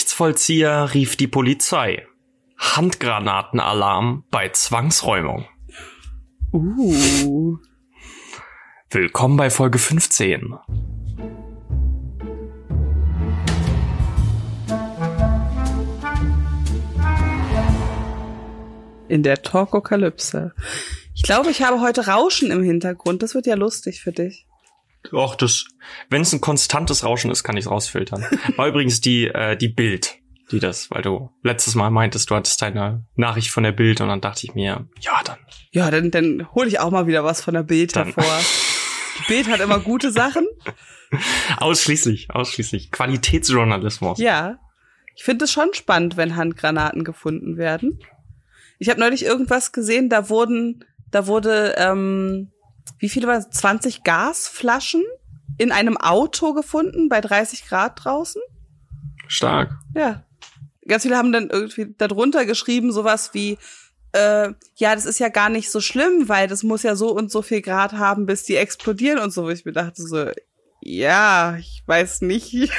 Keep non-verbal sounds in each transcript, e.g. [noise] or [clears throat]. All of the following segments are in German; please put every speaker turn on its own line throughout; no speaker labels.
Gerichtsvollzieher rief die Polizei. Handgranatenalarm bei Zwangsräumung.
Uh.
Willkommen bei Folge 15.
In der Talkokalypse. Ich glaube, ich habe heute Rauschen im Hintergrund. Das wird ja lustig für dich.
Och, das, wenn es ein konstantes Rauschen ist, kann ich es rausfiltern. War übrigens die, äh, die Bild, die das, weil du letztes Mal meintest, du hattest deine Nachricht von der Bild und dann dachte ich mir, ja, dann.
Ja, dann, dann hole ich auch mal wieder was von der Bild
Dann.
hervor. Die Bild hat immer gute Sachen.
Ausschließlich, ausschließlich. Qualitätsjournalismus.
Ja. Ich finde es schon spannend, wenn Handgranaten gefunden werden. Ich habe neulich irgendwas gesehen, da wurden, da wurde, ähm, wie viele waren es? 20 Gasflaschen in einem Auto gefunden bei 30 Grad draußen.
Stark.
Ja. Ganz viele haben dann irgendwie darunter geschrieben, sowas wie, äh, ja, das ist ja gar nicht so schlimm, weil das muss ja so und so viel Grad haben, bis die explodieren und so. Wo Ich mir dachte so, ja, ich weiß nicht, [laughs]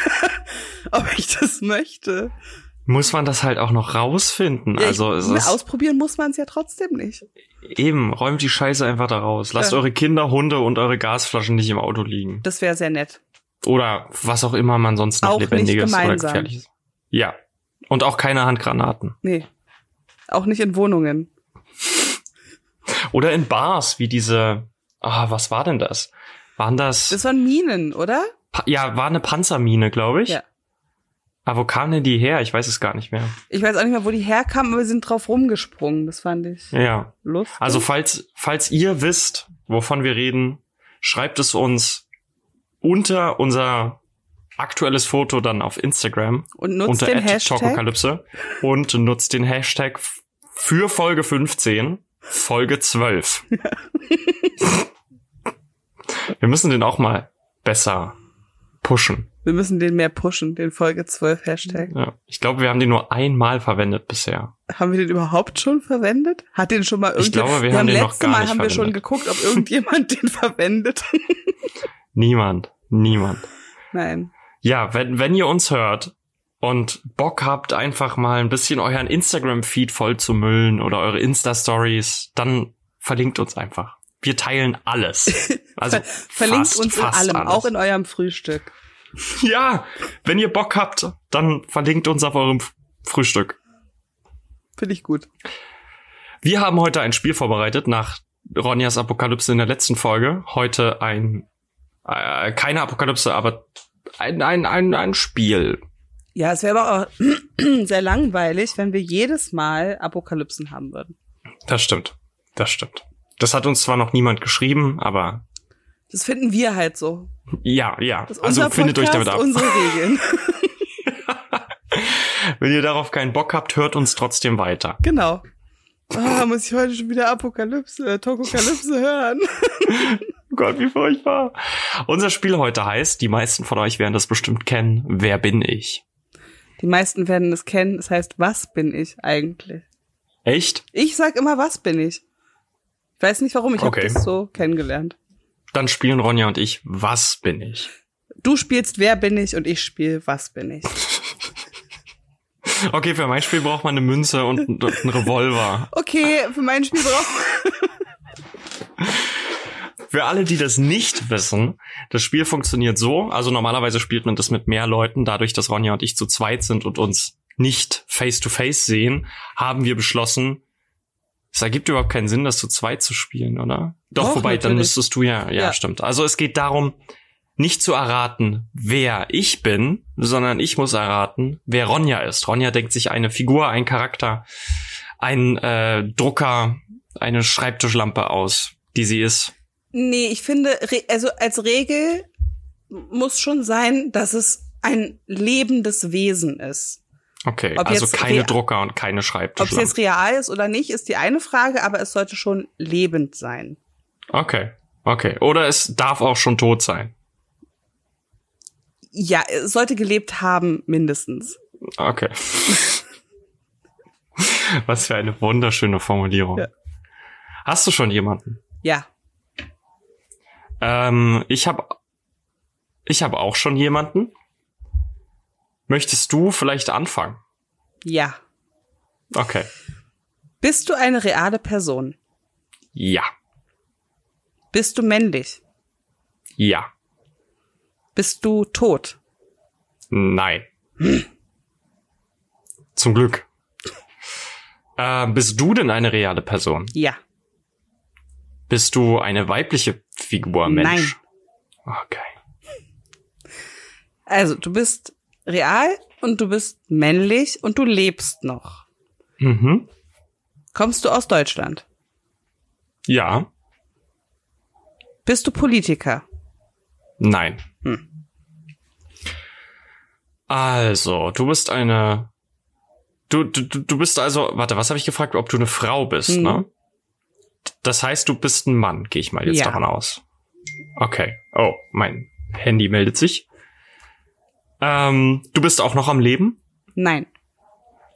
ob ich das möchte.
Muss man das halt auch noch rausfinden.
Ja,
also
ich,
es ist
ausprobieren muss man es ja trotzdem nicht.
eben, räumt die Scheiße einfach da raus. Lasst
Ja.
eure Kinder, Hunde und eure Gasflaschen nicht im Auto liegen.
Das wäre sehr nett.
Oder was auch immer man sonst noch
Auch nicht
lebendiges oder
gemeinsam.
gefährliches. Ja. Und auch keine Handgranaten.
Nee. Auch nicht in Wohnungen.
Oder in Bars, wie diese, ah, was war denn das? Waren das,
Das waren Minen, oder?
pa ja, war eine Panzermine, glaube ich.
Ja.
Aber wo kam denn die her? Ich weiß es gar nicht mehr.
Ich weiß auch nicht mehr, wo die herkamen, aber wir sind drauf rumgesprungen. Das fand ich
Ja.
lustig.
Also falls, falls ihr wisst, wovon wir reden, schreibt es uns unter unser aktuelles Foto dann auf Instagram
und nutzt
unter
den
at
Hashtag.
Talkokalypse und nutzt den Hashtag f- für Folge 15, Folge
[laughs]
12. wir müssen den auch mal besser pushen.
Wir müssen den mehr pushen, den Folge 12 Hashtag.
Ja. Ich glaube, wir haben den nur einmal verwendet bisher.
Haben wir den überhaupt schon verwendet? Hat den schon mal irgendjemand?
Ich glaube, wir haben den noch
letztes
gar
Mal
nicht
haben wir schon
verwendet.
geguckt, ob irgendjemand
[laughs]
den verwendet.
Niemand. Niemand.
Nein.
Ja, wenn, wenn ihr uns hört und Bock habt, einfach mal ein bisschen euren Instagram-Feed voll zu müllen oder eure Insta-Stories, dann verlinkt uns einfach. Wir teilen alles.
[laughs]
Also
Verlinkt
fast,
uns in
fast
allem,
alles.
auch in eurem Frühstück.
[laughs] Ja, wenn ihr Bock habt, dann verlinkt uns auf eurem F- Frühstück.
Finde ich gut.
Wir haben heute ein Spiel vorbereitet nach Ronjas Apokalypse in der letzten Folge. Heute ein äh, keine Apokalypse, aber ein ein ein, ein Spiel.
Ja, es wäre aber auch [clears throat] sehr langweilig, wenn wir jedes Mal Apokalypsen haben würden.
Das stimmt. Das stimmt. Das hat uns zwar noch niemand geschrieben, aber
Das finden wir halt so.
ja, ja.
Das ist
Also
unser
findet euch
Podcast,
damit ab. [laughs]
unsere Regeln.
Wenn ihr darauf keinen Bock habt, hört uns trotzdem weiter.
genau. Ah, muss ich heute schon wieder Apokalypse, äh, Tokokalypse
[laughs]
hören?
Oh Gott, wie furchtbar. Unser Spiel heute heißt, die meisten von euch werden das bestimmt kennen, Wer bin ich?
Die meisten werden es kennen. Es heißt, was bin ich eigentlich?
Echt?
Ich sag immer, was bin ich? Ich weiß nicht warum, ich hab
Okay.
habe das so kennengelernt.
Dann spielen Ronja und ich, was bin ich?
Du spielst Wer bin ich und ich spiele Was bin ich.
Okay, für mein Spiel braucht man eine Münze und einen und einen Revolver.
Okay, für mein Spiel braucht
Für alle, die das nicht wissen, das Spiel funktioniert so. Also normalerweise spielt man das mit mehr Leuten. Dadurch, dass Ronja und ich zu zweit sind und uns nicht face-to-face sehen, haben wir beschlossen, es ergibt überhaupt keinen Sinn, das zu zweit zu spielen, oder? Doch,
Doch,
wobei, dann
natürlich.
müsstest du ja, ja,
Ja.
stimmt. Also es geht darum, nicht zu erraten, wer ich bin, sondern ich muss erraten, wer Ronja ist. Ronja denkt sich eine Figur, einen Charakter, einen äh, Drucker, eine Schreibtischlampe aus, die sie ist.
Nee, ich finde, re- also als Regel muss schon sein, dass es ein lebendes Wesen ist.
Okay,
Ob
also
jetzt
keine
rea-
Drucker und keine
Ob es jetzt
Schreibtischlampe.
real ist oder nicht, ist die eine Frage, aber es sollte schon lebend sein.
Okay, okay. Oder es darf auch schon tot sein.
Ja, es sollte gelebt haben, mindestens. [laughs]
Okay. Was für eine wunderschöne Formulierung.
Ja.
Hast du schon jemanden?
Ja.
Ähm, ich habe ich habe auch schon jemanden. Möchtest du vielleicht anfangen?
Ja.
Okay.
Bist du eine reale Person?
Ja.
Bist du männlich?
Ja.
Bist du tot?
Nein. Zum Glück. Äh, bist du denn eine reale Person?
Ja.
Bist du eine weibliche Figur, Mensch? Nein. Okay.
Also, du bist real und du bist männlich und du lebst noch.
Mhm.
Kommst du aus Deutschland?
Ja.
Bist du Politiker?
Nein.
Hm.
Also, du bist eine. Du, du, du du bist also. Warte, was habe ich gefragt? Ob du eine Frau bist,
Mhm.
ne? Das heißt, du bist ein Mann, gehe ich mal jetzt
Ja.
davon aus. Okay. Oh, mein Handy meldet sich. Ähm, du bist auch noch am Leben?
Nein.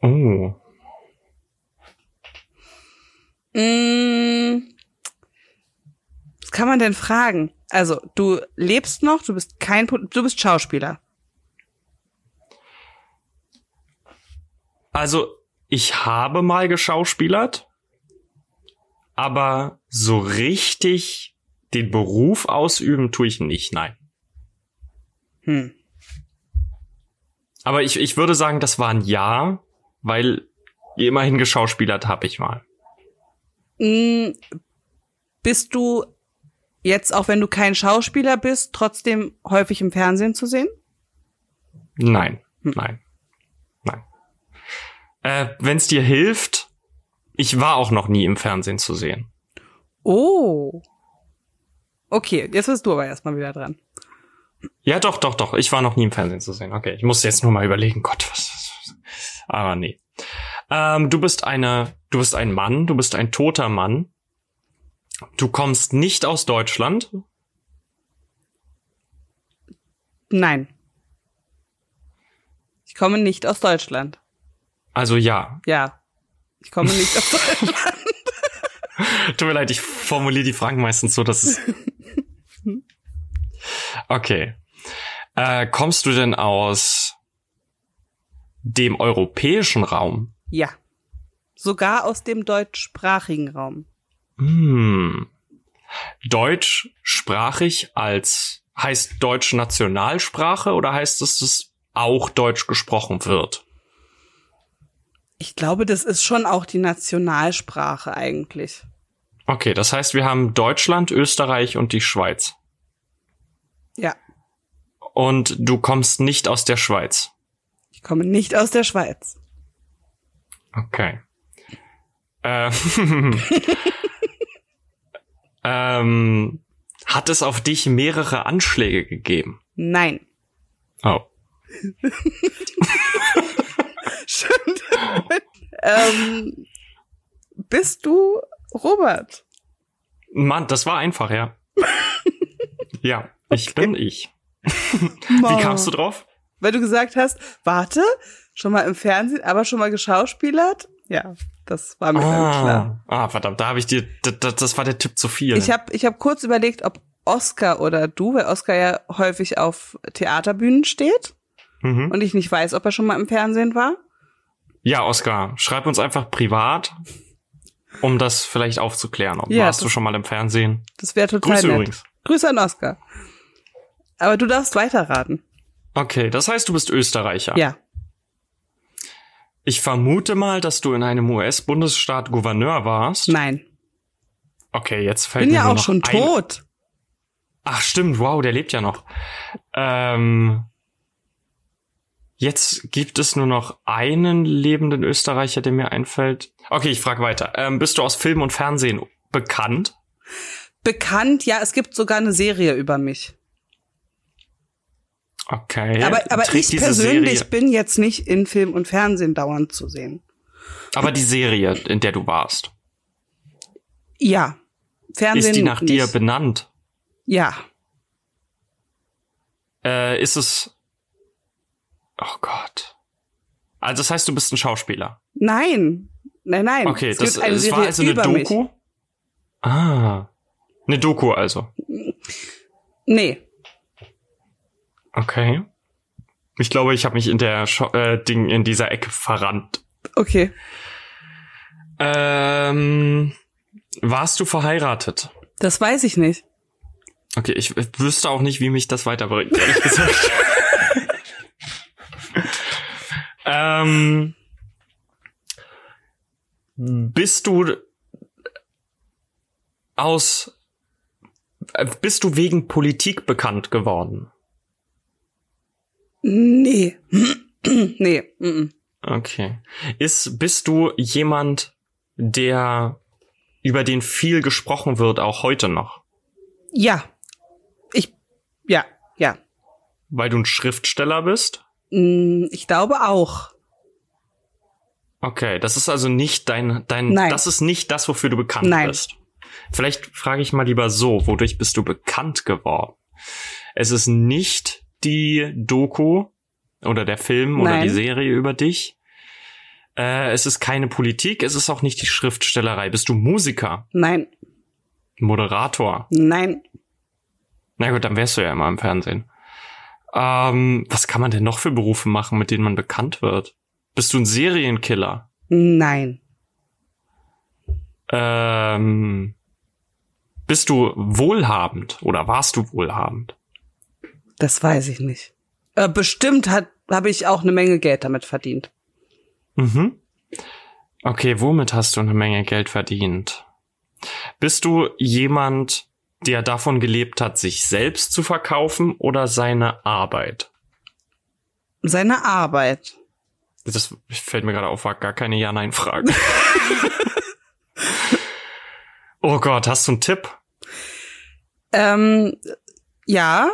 Oh.
Mm, was kann man denn fragen? Also, du lebst noch, du bist kein, Po- du bist Schauspieler.
Also, ich habe mal geschauspielert, aber so richtig den Beruf ausüben tue ich nicht, nein.
Hm.
Aber ich, ich würde sagen, das war ein Ja, weil immerhin geschauspielert habe ich mal.
Mm, bist du jetzt, auch wenn du kein Schauspieler bist, trotzdem häufig im Fernsehen zu sehen?
Nein,
Hm.
nein, nein. Äh, Wenn es dir hilft, ich war auch noch nie im Fernsehen zu sehen.
Oh. Okay, jetzt bist du aber erstmal wieder dran.
Ja, doch, doch, doch. Ich war noch nie im Fernsehen zu sehen. Okay, ich muss jetzt nur mal überlegen. Gott, was, was, was. Aber nee. Ähm, du bist eine, du bist ein Mann, du bist ein toter Mann. Du kommst nicht aus Deutschland.
Nein. Ich komme nicht aus Deutschland.
Also ja.
Ja. Ich komme nicht aus
[laughs]
Deutschland.
Tut mir leid, ich formuliere die Fragen meistens so, dass es. Okay. Äh, kommst du denn aus dem europäischen Raum?
Ja. Sogar aus dem deutschsprachigen Raum.
Hm. Deutschsprachig als heißt Deutsch Nationalsprache oder heißt es, dass auch Deutsch gesprochen wird?
Ich glaube, das ist schon auch die Nationalsprache eigentlich.
Okay, das heißt, wir haben Deutschland, Österreich und die Schweiz.
Ja.
Und du kommst nicht aus der Schweiz.
Ich komme nicht aus der Schweiz.
Okay. Äh, [laughs] ähm, hat es auf dich mehrere Anschläge gegeben?
Nein. [laughs]
Oh.
Schön. ähm, bist du Robert?
Mann, das war einfach,
[laughs]
ja. ja, ich bin ich. Wie kamst du drauf?
Weil du gesagt hast, warte, schon mal im Fernsehen, aber schon mal geschauspielert? Ja, das war mir dann klar.
Ah, ah, verdammt, da habe ich dir, das, das war der Tipp zu viel.
Ich habe ich hab kurz überlegt, ob Oscar oder du, weil Oscar ja häufig auf Theaterbühnen steht
mhm.
und ich nicht weiß, ob er schon mal im Fernsehen war.
Ja, Oskar, schreib uns einfach privat, um das vielleicht aufzuklären. Ob
Ja,
warst du
das-
schon mal im Fernsehen?
Das wäre total
Grüße
nett.
übrigens.
Grüße an Oscar. Aber du darfst weiterraten.
Okay, das heißt, du bist Österreicher.
Ja.
Ich vermute mal, dass du in einem US-Bundesstaat Gouverneur warst.
Nein.
Okay, jetzt fällt
Bin
mir
ja
nur
auch
noch
schon
ein
tot.
Ach stimmt, wow, der lebt ja noch. Ähm, jetzt gibt es nur noch einen lebenden Österreicher, der mir einfällt. Okay, ich frage weiter. Ähm, bist du aus Film und Fernsehen bekannt?
Bekannt, ja, es gibt sogar eine Serie über mich.
Okay.
aber aber
Trägt
ich
diese
persönlich
Serie,
bin jetzt nicht in Film und Fernsehen dauernd zu sehen.
aber die Serie, in der du warst,
Ja. Fernsehen.
ist die nach
nicht.
dir benannt?
Ja.
Äh, ist es? Oh Gott. Also das heißt, du bist ein Schauspieler.
Nein. Nein, nein.
Okay,
es
das,
gibt eine
das
Serie
war also eine
über mich.
Doku. Ah, eine Doku also.
Nee.
Okay. Ich glaube, ich habe mich in der Scho äh, Ding in dieser Ecke verrannt.
Okay.
Ähm, warst du verheiratet?
Das weiß ich nicht.
Okay, ich wüsste auch nicht, wie mich das weiterbringt, ehrlich [laughs] gesagt. ähm, bist du aus, äh, bist du wegen Politik bekannt geworden?
Nee. [clears throat] nee. mhm.
Okay. Ist, bist du jemand, der über den viel gesprochen wird, auch heute noch?
Ja. Ich, ja, ja.
Weil du ein Schriftsteller bist?
Mm, Ich glaube auch.
Okay, das ist also nicht dein, dein,
Nein.
das ist nicht das, wofür du bekannt
Nein.
bist. Vielleicht frage ich mal lieber so, wodurch bist du bekannt geworden? Es ist nicht die Doku oder der Film oder
Nein.
die Serie über dich. Äh, es ist keine Politik, es ist auch nicht die Schriftstellerei. Bist du Musiker,
Nein,
Moderator?
nein.
Na gut, dann wärst du ja immer im Fernsehen. Ähm, was kann man denn noch für Berufe machen, mit denen man bekannt wird? Bist du ein Serienkiller?
Nein.
Ähm, bist du wohlhabend oder warst du wohlhabend?
Das weiß ich nicht. Äh, bestimmt hat habe ich auch eine Menge Geld damit verdient.
Mhm. Okay, womit hast du eine Menge Geld verdient? Bist du jemand, der davon gelebt hat, sich selbst zu verkaufen oder seine Arbeit?
Seine Arbeit.
Das fällt mir gerade auf, war gar keine Ja-Nein-Frage. oh Gott, hast du einen Tipp?
Ähm, ja.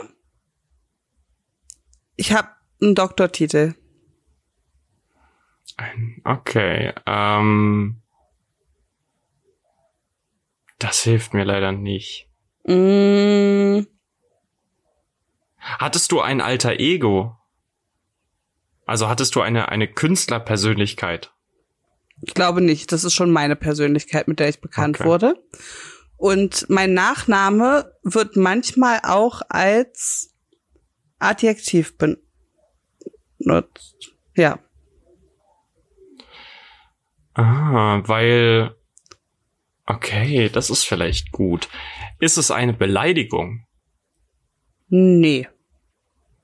Ich habe einen Doktortitel.
Okay, ähm, das hilft mir leider nicht.
Mm,
Hattest du ein alter Ego? Also hattest du eine, eine Künstlerpersönlichkeit?
ich glaube nicht. Das ist schon meine Persönlichkeit, mit der ich bekannt
Okay.
wurde. Und mein Nachname wird manchmal auch als Adjektiv benutzt. Ja.
Ah, weil, okay, das ist vielleicht gut. Ist es eine Beleidigung?
Nee,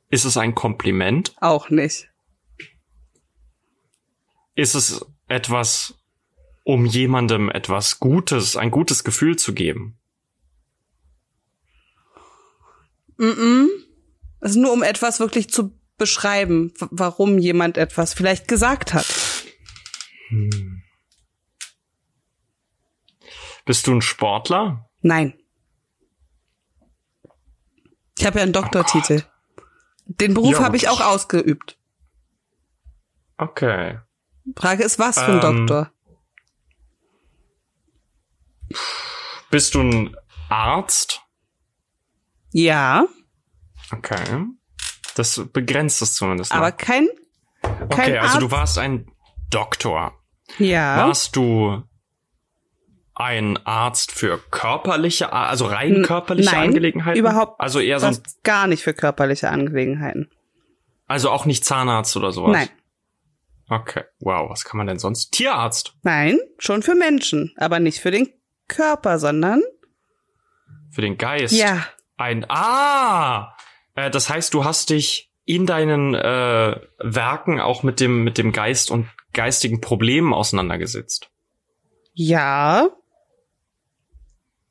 Ist es ein Kompliment?
auch nicht.
Ist es etwas, um jemandem etwas Gutes, ein gutes Gefühl zu geben?
Mm-mm. Es ist nur um etwas wirklich zu beschreiben, w- warum jemand etwas vielleicht gesagt hat.
Hm. Bist du ein Sportler?
Nein. Ich habe ja einen Doktortitel. Den Beruf
Oh Ja,
habe ich
gut.
auch ausgeübt.
Okay.
Frage ist, was für ein
Ähm.
Doktor?
Bist du ein Arzt?
Ja,
Okay. Das begrenzt es zumindest. noch.
aber kein, kein
okay, also du
Arzt.
warst ein Doktor.
ja,
Warst du ein Arzt für körperliche, Ar- also rein
N-
körperliche
nein,
Angelegenheiten?
überhaupt
Also eher so, ein,
was gar nicht für körperliche Angelegenheiten.
also auch nicht Zahnarzt oder sowas?
Nein,
Okay. Wow, was kann man denn sonst? Tierarzt
nein, schon für Menschen, aber nicht für den Körper, sondern
für den Geist.
ja,
Ein Ah! Äh, das heißt, du hast dich in deinen äh, Werken auch mit dem mit dem Geist und geistigen Problemen auseinandergesetzt.
ja,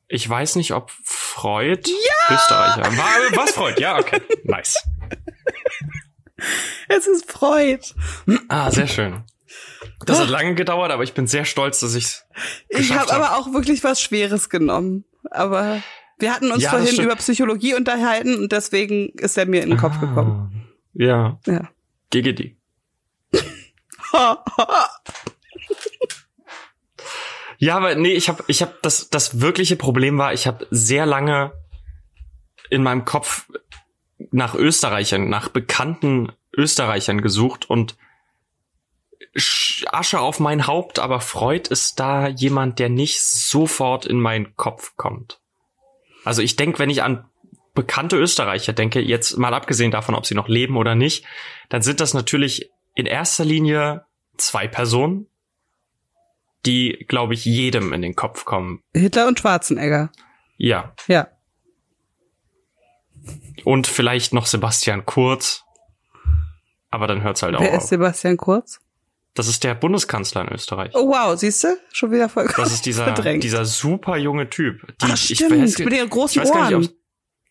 Ich weiß nicht, ob Freud ja! Österreicher war. Äh, Was Freud? Ja,
[laughs]
okay. Nice.
es ist Freud.
Ah, sehr schön. Das hat lange gedauert, aber ich bin sehr stolz, dass ich's
Ich
geschafft
habe
hab.
aber auch wirklich was Schweres genommen. Aber wir hatten uns
Ja, das
vorhin
stimmt. Ah.
über Psychologie unterhalten und deswegen ist er mir in den Kopf gekommen. [laughs]
Ja,
Ja.
Giggity. Ja, aber nee, ich habe ich hab das das wirkliche Problem war, ich habe sehr lange in meinem Kopf nach Österreichern, nach bekannten Österreichern gesucht und Sch- Asche auf mein Haupt, aber Freud ist da jemand, der nicht sofort in meinen Kopf kommt. Also ich denk, wenn ich an bekannte Österreicher denke, jetzt mal abgesehen davon, ob sie noch leben oder nicht, dann sind das natürlich in erster Linie zwei Personen, die, glaube ich, jedem in den Kopf kommen.
Hitler und Schwarzenegger.
Ja.
Ja.
Und vielleicht noch Sebastian Kurz. Aber dann hört's halt auch
Wer ist
auf.
Sebastian Kurz?
Das ist der Bundeskanzler in Österreich.
Oh wow, siehst du? Schon wieder voll
Das ist dieser,
verdrängt.
dieser super junge Typ. Die,
Ach, stimmt, mit den großen Ohren.
ob's-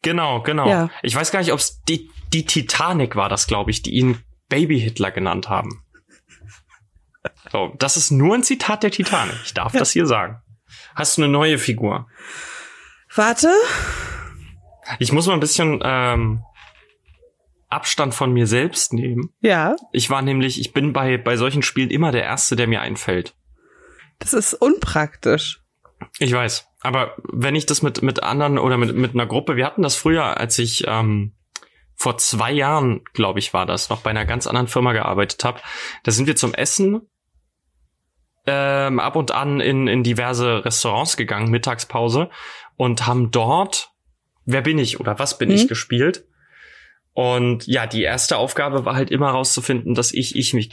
genau, genau.
Ja.
Ich weiß gar nicht, ob es die, die Titanic war, das glaube ich, die ihn Baby Hitler genannt haben. So, das ist nur ein Zitat der Titanic. Ich darf das hier sagen. Hast du eine neue Figur?
Warte.
Ich muss mal ein bisschen ähm, Abstand von mir selbst nehmen.
Ja,
Ich war nämlich, ich bin bei, bei solchen Spielen immer der Erste, der mir einfällt.
das ist unpraktisch.
Ich weiß. Aber wenn ich das mit, mit anderen oder mit, mit einer Gruppe, wir hatten das früher, als ich ähm, vor zwei Jahren, glaube ich, war das, noch bei einer ganz anderen Firma gearbeitet habe, da sind wir zum Essen ähm, ab und an in, in diverse Restaurants gegangen, Mittagspause, und haben dort Wer bin ich oder was bin
Mhm.
ich gespielt. Und ja, die erste Aufgabe war halt immer rauszufinden, dass ich, ich mich,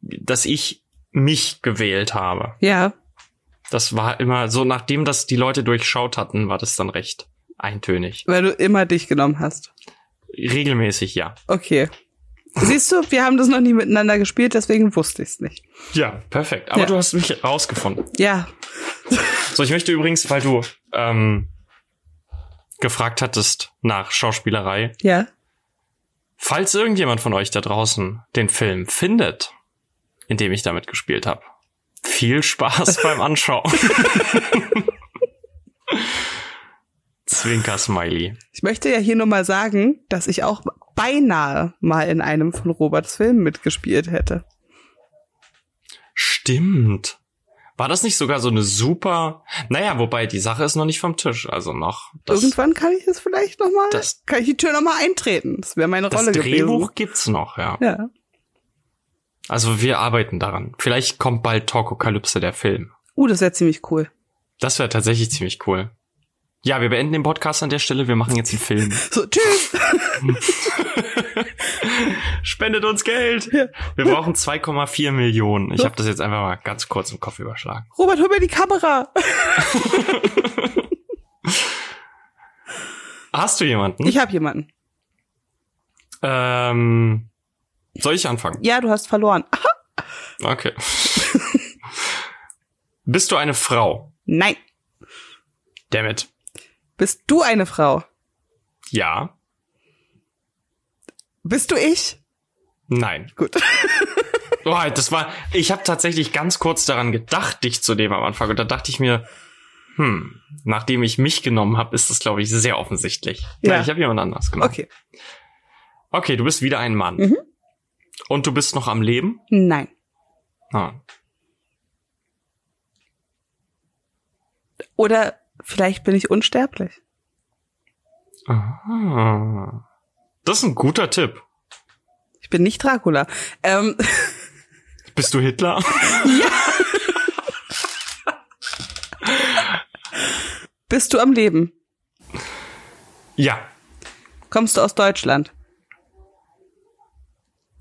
dass ich mich gewählt habe.
Ja.
Das war immer so, nachdem das die Leute durchschaut hatten, war das dann recht eintönig.
Weil du immer dich genommen hast.
Regelmäßig, ja.
Okay. Siehst du, wir haben das noch nie miteinander gespielt, deswegen wusste ich es nicht.
Ja, perfekt. Aber
Ja.
du hast mich rausgefunden.
Ja,
So, ich möchte übrigens, weil du ähm, gefragt hattest nach Schauspielerei,
ja.
falls irgendjemand von euch da draußen den Film findet, in dem ich damit gespielt habe, viel Spaß beim Anschauen. [laughs] Zwinker-Smiley.
Ich möchte ja hier nur mal sagen, dass ich auch beinahe mal in einem von Roberts Filmen mitgespielt hätte.
Stimmt. War das nicht sogar so eine super? Naja, wobei die Sache ist noch nicht vom Tisch, also noch. Das,
Irgendwann kann ich es vielleicht noch mal,
das-
kann ich die Tür noch mal eintreten. Das wäre meine
das
Rolle
Drehbuch gibt's noch, ja.
gewesen. Ja.
Also wir arbeiten daran. Vielleicht kommt bald Torkokalypse der Film.
Uh, das wäre ziemlich cool.
Das wäre tatsächlich ziemlich cool. Ja, wir beenden den Podcast an der Stelle. Wir machen jetzt einen
[laughs]
Film. [laughs]
So, tschüss.
Spendet uns Geld. Wir brauchen 2,4 Millionen. Ich habe das jetzt einfach mal ganz kurz im Kopf überschlagen.
Robert, hol mir die Kamera.
Hast du jemanden?
Ich habe jemanden.
Ähm, soll ich anfangen?
Ja, du hast verloren. Ah,
Okay. Bist du eine Frau?
nein.
Dammit.
Bist du eine Frau?
Ja.
Bist du ich?
Nein.
Gut.
[laughs] Oh, das war. Ich habe tatsächlich ganz kurz daran gedacht, dich zu nehmen am Anfang. Und da dachte ich mir, hm, nachdem ich mich genommen habe, ist das, glaube ich, sehr offensichtlich.
Ja.
Nein, ich habe jemand anders genommen.
Okay.
Okay, du bist wieder ein Mann.
Mhm.
Und du bist noch am Leben?
Nein.
Ah.
Oder vielleicht bin ich unsterblich.
Aha. Das ist ein guter Tipp.
Ich bin nicht Dracula. Ähm, [laughs]
Bist du Hitler?
bist du am Leben?
ja.
Kommst du aus Deutschland?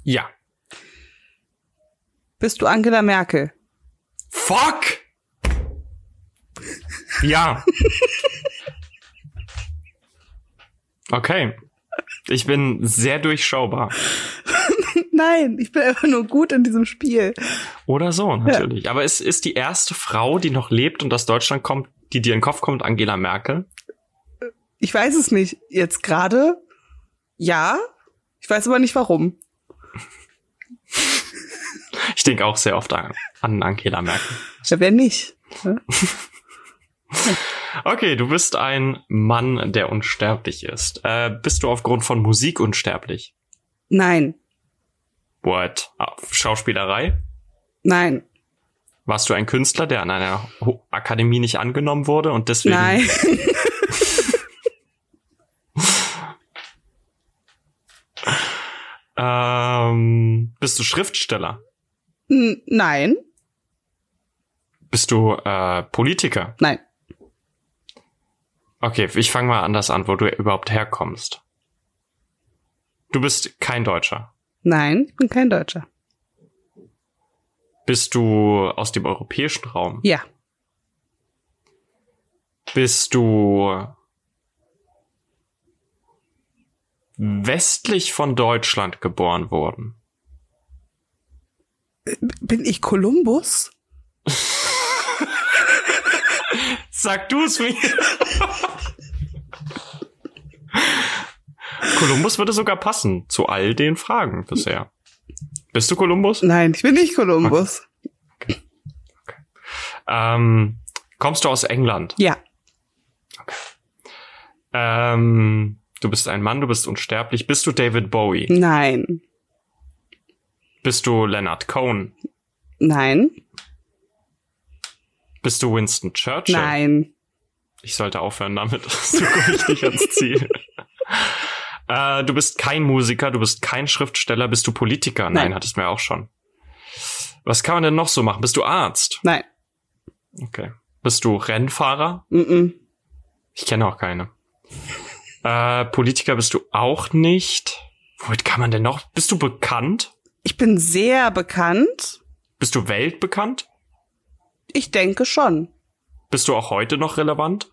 Ja.
Bist du Angela Merkel?
Fuck! Ja. Okay. Ich bin sehr durchschaubar.
Nein, ich bin einfach nur gut in diesem Spiel.
Oder so, natürlich. Aber es ist die erste Frau, die noch lebt und aus Deutschland kommt, die dir in den Kopf kommt, Angela Merkel.
Ich weiß es nicht. Jetzt gerade? Ja. Ich weiß aber nicht warum.
Ich denke auch sehr oft an, an Angela Merkel.
Ja, wer nicht?
Okay, du bist ein Mann, der unsterblich ist. Äh, bist du aufgrund von Musik unsterblich?
Nein.
What? Ah, Schauspielerei?
Nein.
Warst du ein Künstler, der an einer Ho- Akademie nicht angenommen wurde und deswegen
Nein. [laughs]
Ähm, bist du Schriftsteller?
N- Nein.
Bist du äh, Politiker?
Nein.
Okay, ich fange mal anders an, wo du überhaupt herkommst. Du bist kein Deutscher.
Nein, ich bin kein Deutscher.
Bist du aus dem europäischen Raum?
Ja,
Bist du westlich von Deutschland geboren worden?
bin ich Kolumbus?
Sag du es mir. Kolumbus würde sogar passen zu all den Fragen bisher. Bist du Kolumbus?
Nein, ich bin nicht Kolumbus.
Ähm, kommst du aus England?
Ja,
Ähm, du bist ein Mann, du bist unsterblich. Bist du David Bowie?
nein,
Bist du Leonard Cohen?
nein,
Bist du Winston Churchill?
nein,
Ich sollte aufhören damit. [laughs] So komme ich nicht ans Ziel. äh, du bist kein Musiker, du bist kein Schriftsteller, bist du Politiker? Nein,
Nein.
hattest du ja auch schon. Was kann man denn noch so machen? Bist du Arzt?
nein,
Okay. Bist du Rennfahrer?
mm
Ich kenne auch keine. äh, Politiker bist du auch nicht. Womit kann man denn noch? Bist du bekannt?
Ich bin sehr bekannt.
Bist du weltbekannt?
Ich denke schon.
Bist du auch heute noch relevant?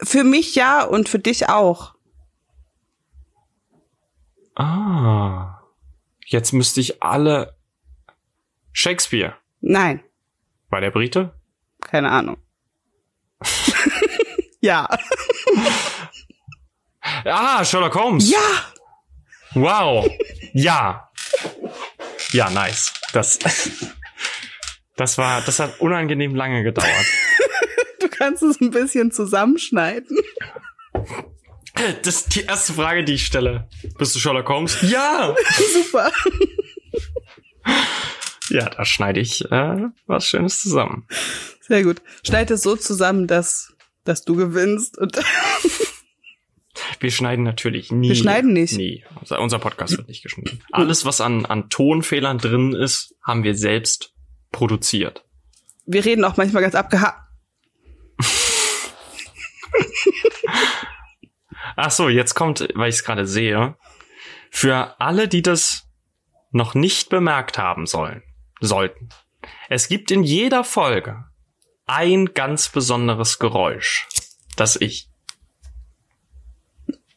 Für mich ja und für dich auch.
Ah. Jetzt müsste ich alle. Shakespeare.
Nein,
War der Brite?
keine Ahnung. [laughs] ja,
Ah, Sherlock Holmes.
ja,
Wow. Ja. Ja, nice. Das, das war, das hat unangenehm lange gedauert.
du kannst es ein bisschen zusammenschneiden. [laughs]
Das ist die erste Frage, die ich stelle. Bist du Sherlock Holmes? Ja.
Super.
Ja, da schneide ich äh, was Schönes zusammen.
Sehr gut. Schneid es so zusammen, dass, dass du gewinnst. Und [laughs]
Wir schneiden natürlich nie.
Wir schneiden nicht.
Nie. Unser, unser Podcast wird nicht geschnitten. Alles, was an, an Tonfehlern drin ist, haben wir selbst produziert.
wir reden auch manchmal ganz abgehakt.
Ach so, jetzt kommt, weil ich es gerade sehe, für alle, die das noch nicht bemerkt haben sollen, sollten. Es gibt in jeder Folge ein ganz besonderes Geräusch, das ich.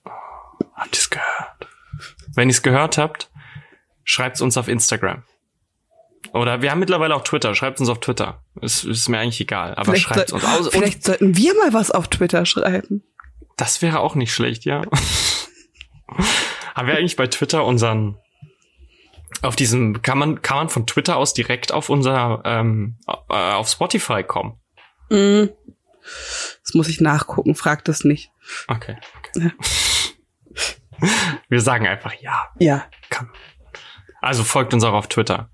Oh, habt ihr's gehört? Wenn ihr's gehört habt, schreibt's uns auf Instagram. Oder wir haben mittlerweile auch Twitter. Schreibt's uns auf Twitter. Ist, ist mir eigentlich egal. Aber
Vielleicht,
schreibt's uns. aus.
soll, vielleicht sollten wir mal was auf Twitter schreiben.
Das wäre auch nicht schlecht, ja. Haben wir eigentlich bei Twitter unseren auf diesem kann man kann man von Twitter aus direkt auf unser ähm, äh, auf Spotify kommen.
Mm.
Mhm.
Das muss ich nachgucken, frag das nicht.
Okay. okay. [laughs] Wir sagen einfach ja,
Ja.
kann. Also folgt uns auch auf Twitter.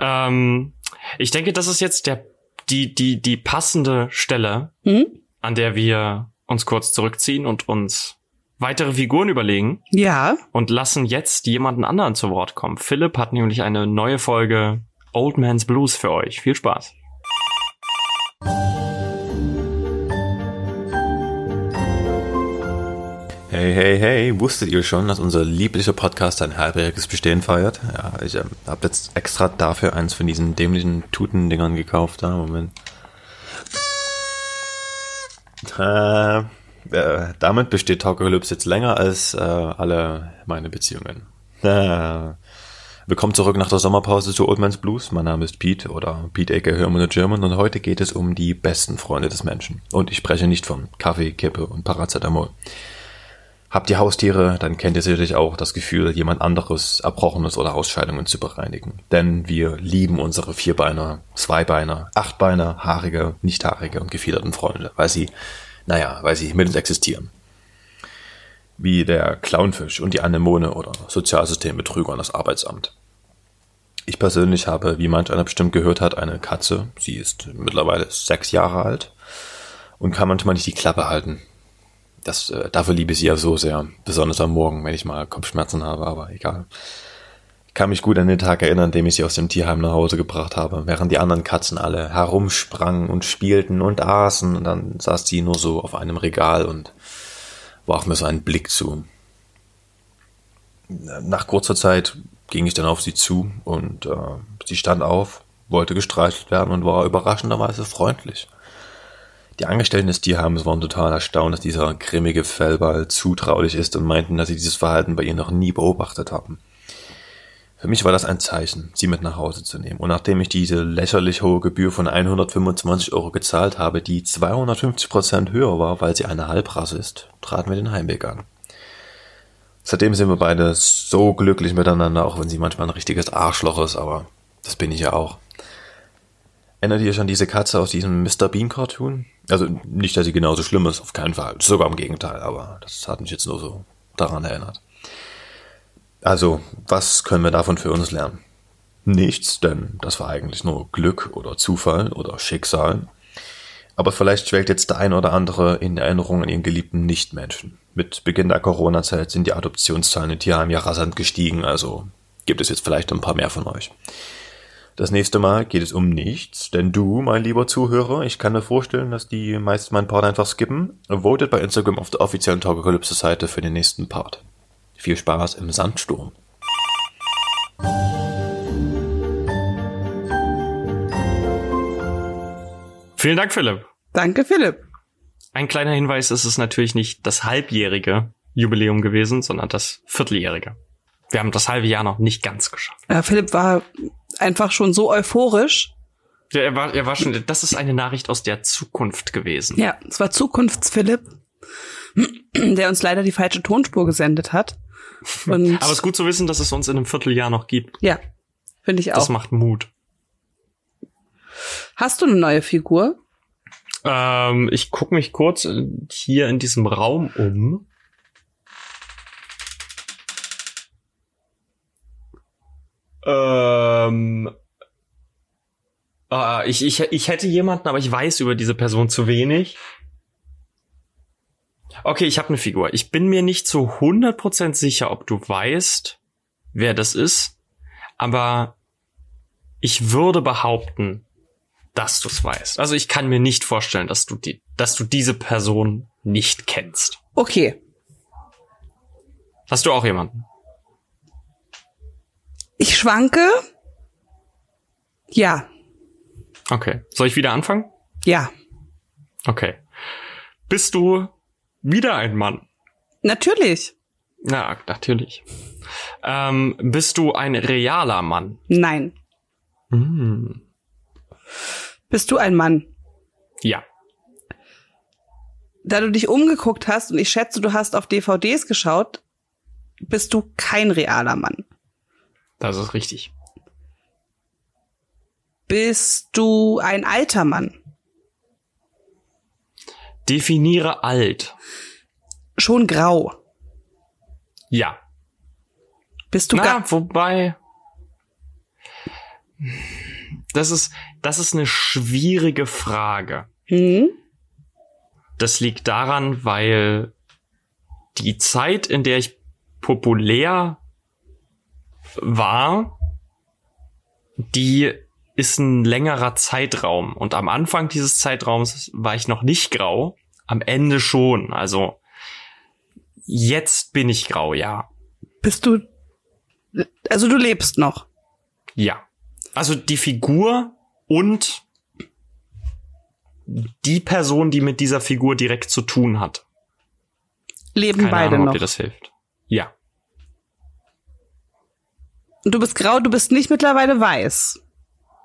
Ähm, ich denke, das ist jetzt der die die die passende Stelle,
Hm?
an der wir uns kurz zurückziehen und uns weitere Figuren überlegen
Ja.
und lassen jetzt jemanden anderen zu Wort kommen. Philipp hat nämlich eine neue Folge Old Man's Blues für euch. Viel Spaß.
Hey, hey, hey, wusstet ihr schon, dass unser lieblicher Podcast ein halbjähriges Bestehen feiert? Ja, ich ähm, hab jetzt extra dafür eins von diesen dämlichen Tutendingern gekauft. Da, Moment. Äh, äh, damit besteht Taukalypse jetzt länger als äh, alle meine Beziehungen. Äh, willkommen zurück nach der Sommerpause zu Old Man's Blues. Mein Name ist Pete oder Pete Aker Hermann German und heute geht es um die besten Freunde des Menschen. Und ich spreche nicht von Kaffee, Kippe und Paracetamol. Habt ihr Haustiere, dann kennt ihr sicherlich auch das Gefühl, jemand anderes Erbrochenes oder Ausscheidungen zu bereinigen. Denn wir lieben unsere Vierbeiner, Zweibeiner, Achtbeiner, haarige, nichthaarige und gefiederten Freunde, weil sie, naja, weil sie mit uns existieren. Wie der Clownfisch und die Anemone oder Sozialsystembetrüger und das Arbeitsamt. Ich persönlich habe, wie manch einer bestimmt gehört hat, eine Katze. Sie ist mittlerweile sechs Jahre alt und kann manchmal nicht die Klappe halten. Das, äh, dafür liebe ich sie ja so sehr. Besonders am Morgen, wenn ich mal Kopfschmerzen habe, aber egal. Ich kann mich gut an den Tag erinnern, an dem ich sie aus dem Tierheim nach Hause gebracht habe, während die anderen Katzen alle herumsprangen und spielten und aßen. Und dann saß sie nur so auf einem Regal und warf mir so einen Blick zu. Nach kurzer Zeit ging ich dann auf sie zu und äh, sie stand auf, wollte gestreichelt werden und war überraschenderweise freundlich. Die Angestellten des Tierheims waren total erstaunt, dass dieser grimmige Fellball zutraulich ist und meinten, dass sie dieses Verhalten bei ihr noch nie beobachtet haben. Für mich war das ein Zeichen, sie mit nach Hause zu nehmen. Und nachdem ich diese lächerlich hohe Gebühr von 125 Euro gezahlt habe, die 250 Prozent höher war, weil sie eine Halbrasse ist, traten wir den Heimweg an. Seitdem sind wir beide so glücklich miteinander, auch wenn sie manchmal ein richtiges Arschloch ist, aber das bin ich ja auch. Erinnert ihr euch an diese Katze aus diesem Mr. Bean Cartoon? Also nicht, dass sie genauso schlimm ist, auf keinen Fall. Sogar im Gegenteil, aber das hat mich jetzt nur so daran erinnert. Also, was können wir davon für uns lernen? Nichts, denn das war eigentlich nur Glück oder Zufall oder Schicksal. Aber vielleicht schwelgt jetzt der ein oder andere in Erinnerung an ihren geliebten Nichtmenschen. Mit Beginn der Corona-Zeit sind die Adoptionszahlen in Tierheim ja rasant gestiegen, also gibt es jetzt vielleicht ein paar mehr von euch. Das nächste Mal geht es um nichts, denn du, mein lieber Zuhörer, ich kann mir vorstellen, dass die meisten meinen Part einfach skippen. Votet bei Instagram auf der offiziellen Talkalypse-Seite für den nächsten Part. Viel Spaß im Sandsturm.
Vielen Dank, Philipp.
Danke, Philipp.
Ein kleiner Hinweis, es ist natürlich nicht das halbjährige Jubiläum gewesen, sondern das vierteljährige. Wir haben das halbe Jahr noch nicht ganz geschafft.
Ja, Äh, Philipp war einfach schon so euphorisch.
Ja, er, war, er war schon, das ist eine Nachricht aus der Zukunft gewesen.
Ja, es war Zukunfts-Philipp, [clears throat] der uns leider die falsche Tonspur gesendet hat.
[laughs]
Und
Aber es ist gut zu wissen, dass es uns in einem Vierteljahr noch gibt.
ja, finde ich
Das
auch.
macht Mut.
Hast du eine neue Figur?
Ähm, ich gucke mich kurz äh, hier in diesem Raum um. Ähm, ah, ich, ich, ich hätte jemanden, aber ich weiß über diese Person zu wenig. Okay, ich habe eine Figur. Ich bin mir nicht zu 100% sicher, ob du weißt, wer das ist, aber ich würde behaupten, dass du es weißt. Also ich kann mir nicht vorstellen, dass du die, dass du diese Person nicht kennst.
Okay,
Hast du auch jemanden?
ich schwanke. Ja,
Okay. Soll ich wieder anfangen?
ja,
Okay. Bist du wieder ein Mann?
natürlich.
Na, natürlich. Ähm, bist du ein realer Mann?
Nein.
Hm.
Bist du ein Mann?
Ja.
Da du dich umgeguckt hast und ich schätze, du hast auf DVDs geschaut, bist du kein realer Mann.
Das ist richtig.
Bist du ein alter Mann?
Definiere alt.
Schon grau.
Ja.
Bist du gar
Na, wobei. Das ist, das ist eine schwierige Frage.
Hm?
Das liegt daran, weil die Zeit, in der ich populär war, die ist ein längerer Zeitraum. Und am Anfang dieses Zeitraums war ich noch nicht grau, am Ende schon. Also jetzt bin ich grau, ja.
Bist du. Also du lebst noch.
Ja. Also die Figur und die Person, die mit dieser Figur direkt zu tun hat.
Leben
Keine
beide
Ahnung, ob
noch.
dir das hilft. Ja.
Und du bist grau, du bist nicht mittlerweile weiß.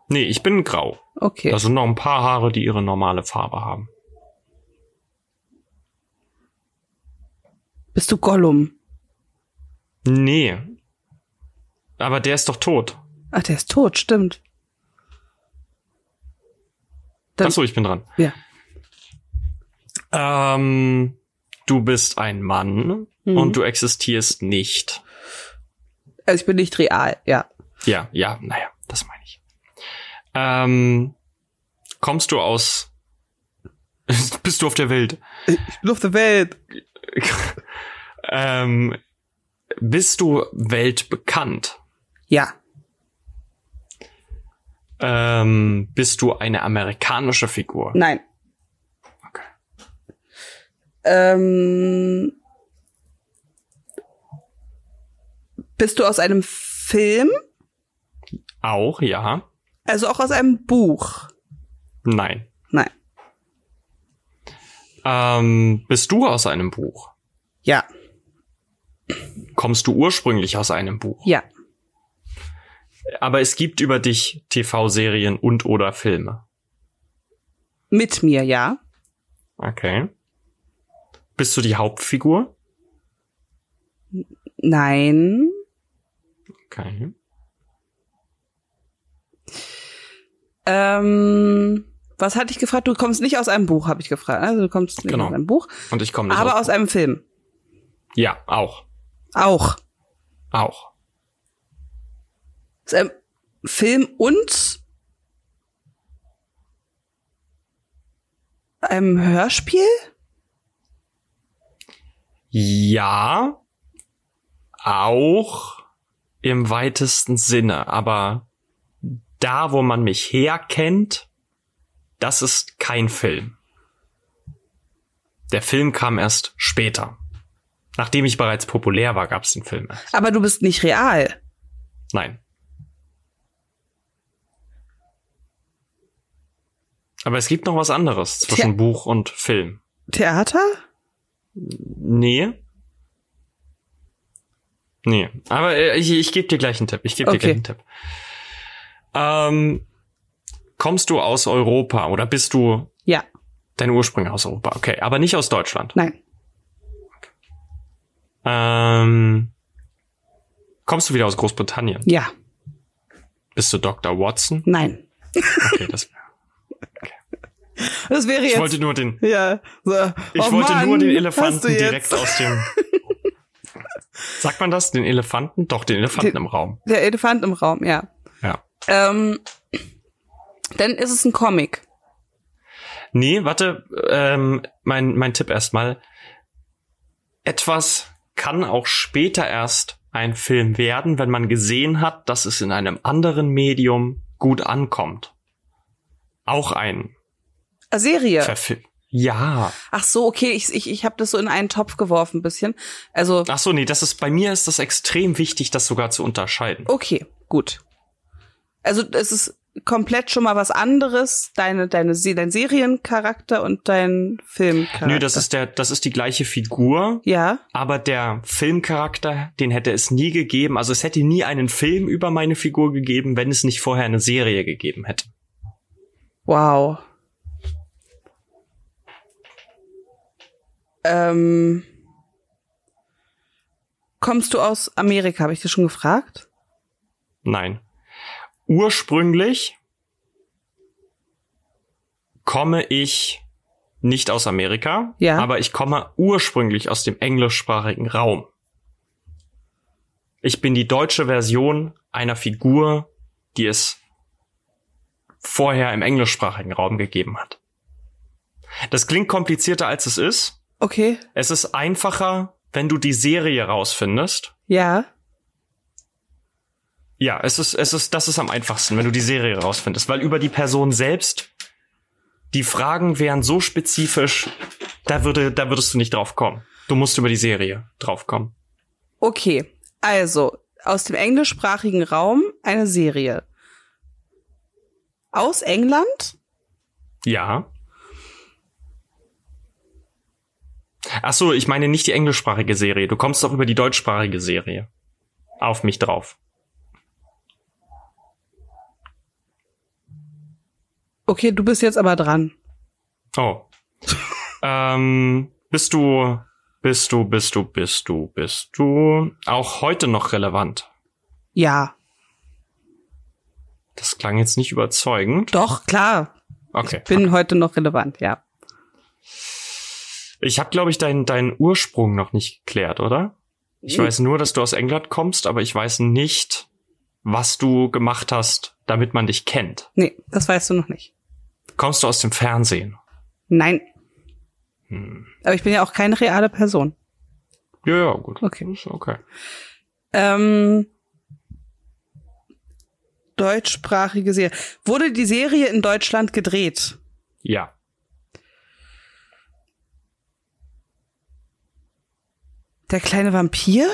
Nee, ich bin grau.
Okay.
Da sind noch ein paar Haare, die ihre normale Farbe haben.
bist du Gollum?
Nee. Aber der ist doch tot.
Ach, der ist tot, stimmt. Dann-
Achso, ich bin dran.
Ja.
Ähm, du bist ein Mann
Mhm.
und du existierst nicht.
Also ich bin nicht real, ja.
Ja, ja, naja, das meine ich. Ähm, kommst du aus. [laughs] bist du auf der Welt?
Ich bin auf der Welt.
ähm, bist du weltbekannt?
Ja.
Ähm, bist du eine amerikanische Figur?
Nein.
Okay.
Ähm, bist du aus einem Film?
Auch, ja.
Also auch aus einem Buch?
Nein.
Nein.
Ähm, bist du aus einem Buch?
Ja.
Kommst du ursprünglich aus einem Buch?
Ja.
Aber es gibt über dich TV-Serien und oder Filme.
Mit mir, ja.
Okay. Bist du die Hauptfigur?
Nein.
Okay.
Ähm, was hatte ich gefragt? Du kommst nicht aus einem Buch, habe ich gefragt. Also du kommst nicht
Genau.
aus einem Buch,
Und ich komme nicht
aber aus
einem
einem Film.
Ja, auch.
Auch.
Auch.
Aus einem Film und einem Hörspiel?
Ja, auch im weitesten Sinne, aber da, wo man mich herkennt, das ist kein Film. Der Film kam erst später. Nachdem ich bereits populär war, gab es den Film erst.
Aber du bist nicht real.
Nein. Aber es gibt noch was anderes zwischen
Tja.
Buch und Film.
Theater?
Nee. Nee. Aber äh, ich, ich gebe dir gleich einen Tipp. Ich gebe
Okay.
dir gleich einen Tipp. Ähm, kommst du aus Europa oder bist du
Ja.
deine Ursprünge aus Europa? Okay, aber nicht aus Deutschland.
Nein.
Ähm, kommst du wieder aus Großbritannien?
Ja.
Bist du Dr. Watson?
Nein.
Okay,
[laughs]
das,
Das wäre
ich
jetzt.
wollte nur den,
ja. So.
ich
oh
wollte
Mann,
nur den
hast
Elefanten
du jetzt-
direkt aus
[laughs]
dem. Sagt man das? Den Elefanten? Doch, den Elefanten
Den-
im Raum.
Der Elefant im Raum, ja.
Ja.
Ähm, dann ist es ein Comic.
Nee, warte, ähm, mein, mein Tipp erstmal. Etwas kann auch später erst ein Film werden, wenn man gesehen hat, dass es in einem anderen Medium gut ankommt. Auch ein
Eine Serie.
Verfilm. Ja.
Ach so, okay, ich, ich, ich habe das so in einen Topf geworfen bisschen. Also,
Ach so, nee, das ist bei mir ist das extrem wichtig, das sogar zu unterscheiden.
okay, gut. Also es ist komplett schon mal was anderes, deine, deine, Se- dein Seriencharakter und dein Filmcharakter.
Nö, das ist der, das ist die gleiche Figur,
Ja,
aber der Filmcharakter, den hätte es nie gegeben. Also es hätte nie einen Film über meine Figur gegeben, wenn es nicht vorher eine Serie gegeben hätte.
wow. Ähm, kommst du aus Amerika, habe ich dir schon gefragt?
Nein. Ursprünglich komme ich nicht aus Amerika,
Ja.
aber ich komme ursprünglich aus dem englischsprachigen Raum. Ich bin die deutsche Version einer Figur, die es vorher im englischsprachigen Raum gegeben hat. Das klingt komplizierter, als es ist.
Okay,
Es ist einfacher, wenn du die Serie rausfindest.
ja.
Ja, es ist, es ist, das ist am einfachsten, wenn du die Serie rausfindest, weil über die Person selbst die Fragen wären so spezifisch, da würde, da würdest du nicht drauf kommen. Du musst über die Serie drauf kommen.
Okay, also aus dem englischsprachigen Raum eine Serie. Aus England?
Ja. Ach so, ich meine nicht die englischsprachige Serie. Du kommst auch über die deutschsprachige Serie auf mich drauf.
Okay, du bist jetzt aber dran.
Oh. ähm, bist du, bist du, bist du, bist du, bist du auch heute noch relevant?
Ja,
Das klang jetzt nicht überzeugend.
doch, klar.
Okay.
Bin heute noch relevant, ja.
Ich habe, glaube ich, deinen deinen Ursprung noch nicht geklärt, oder? Ich weiß nur, dass du aus England kommst, aber ich weiß nicht, was du gemacht hast, damit man dich kennt.
Nee, das weißt du noch nicht.
Kommst du aus dem Fernsehen?
Nein,
Hm.
aber ich bin ja auch keine reale Person.
Ja, ja, gut.
Okay.
Ist Okay.
Ähm, deutschsprachige Serie. Wurde die Serie in Deutschland gedreht?
Ja.
Der kleine Vampir?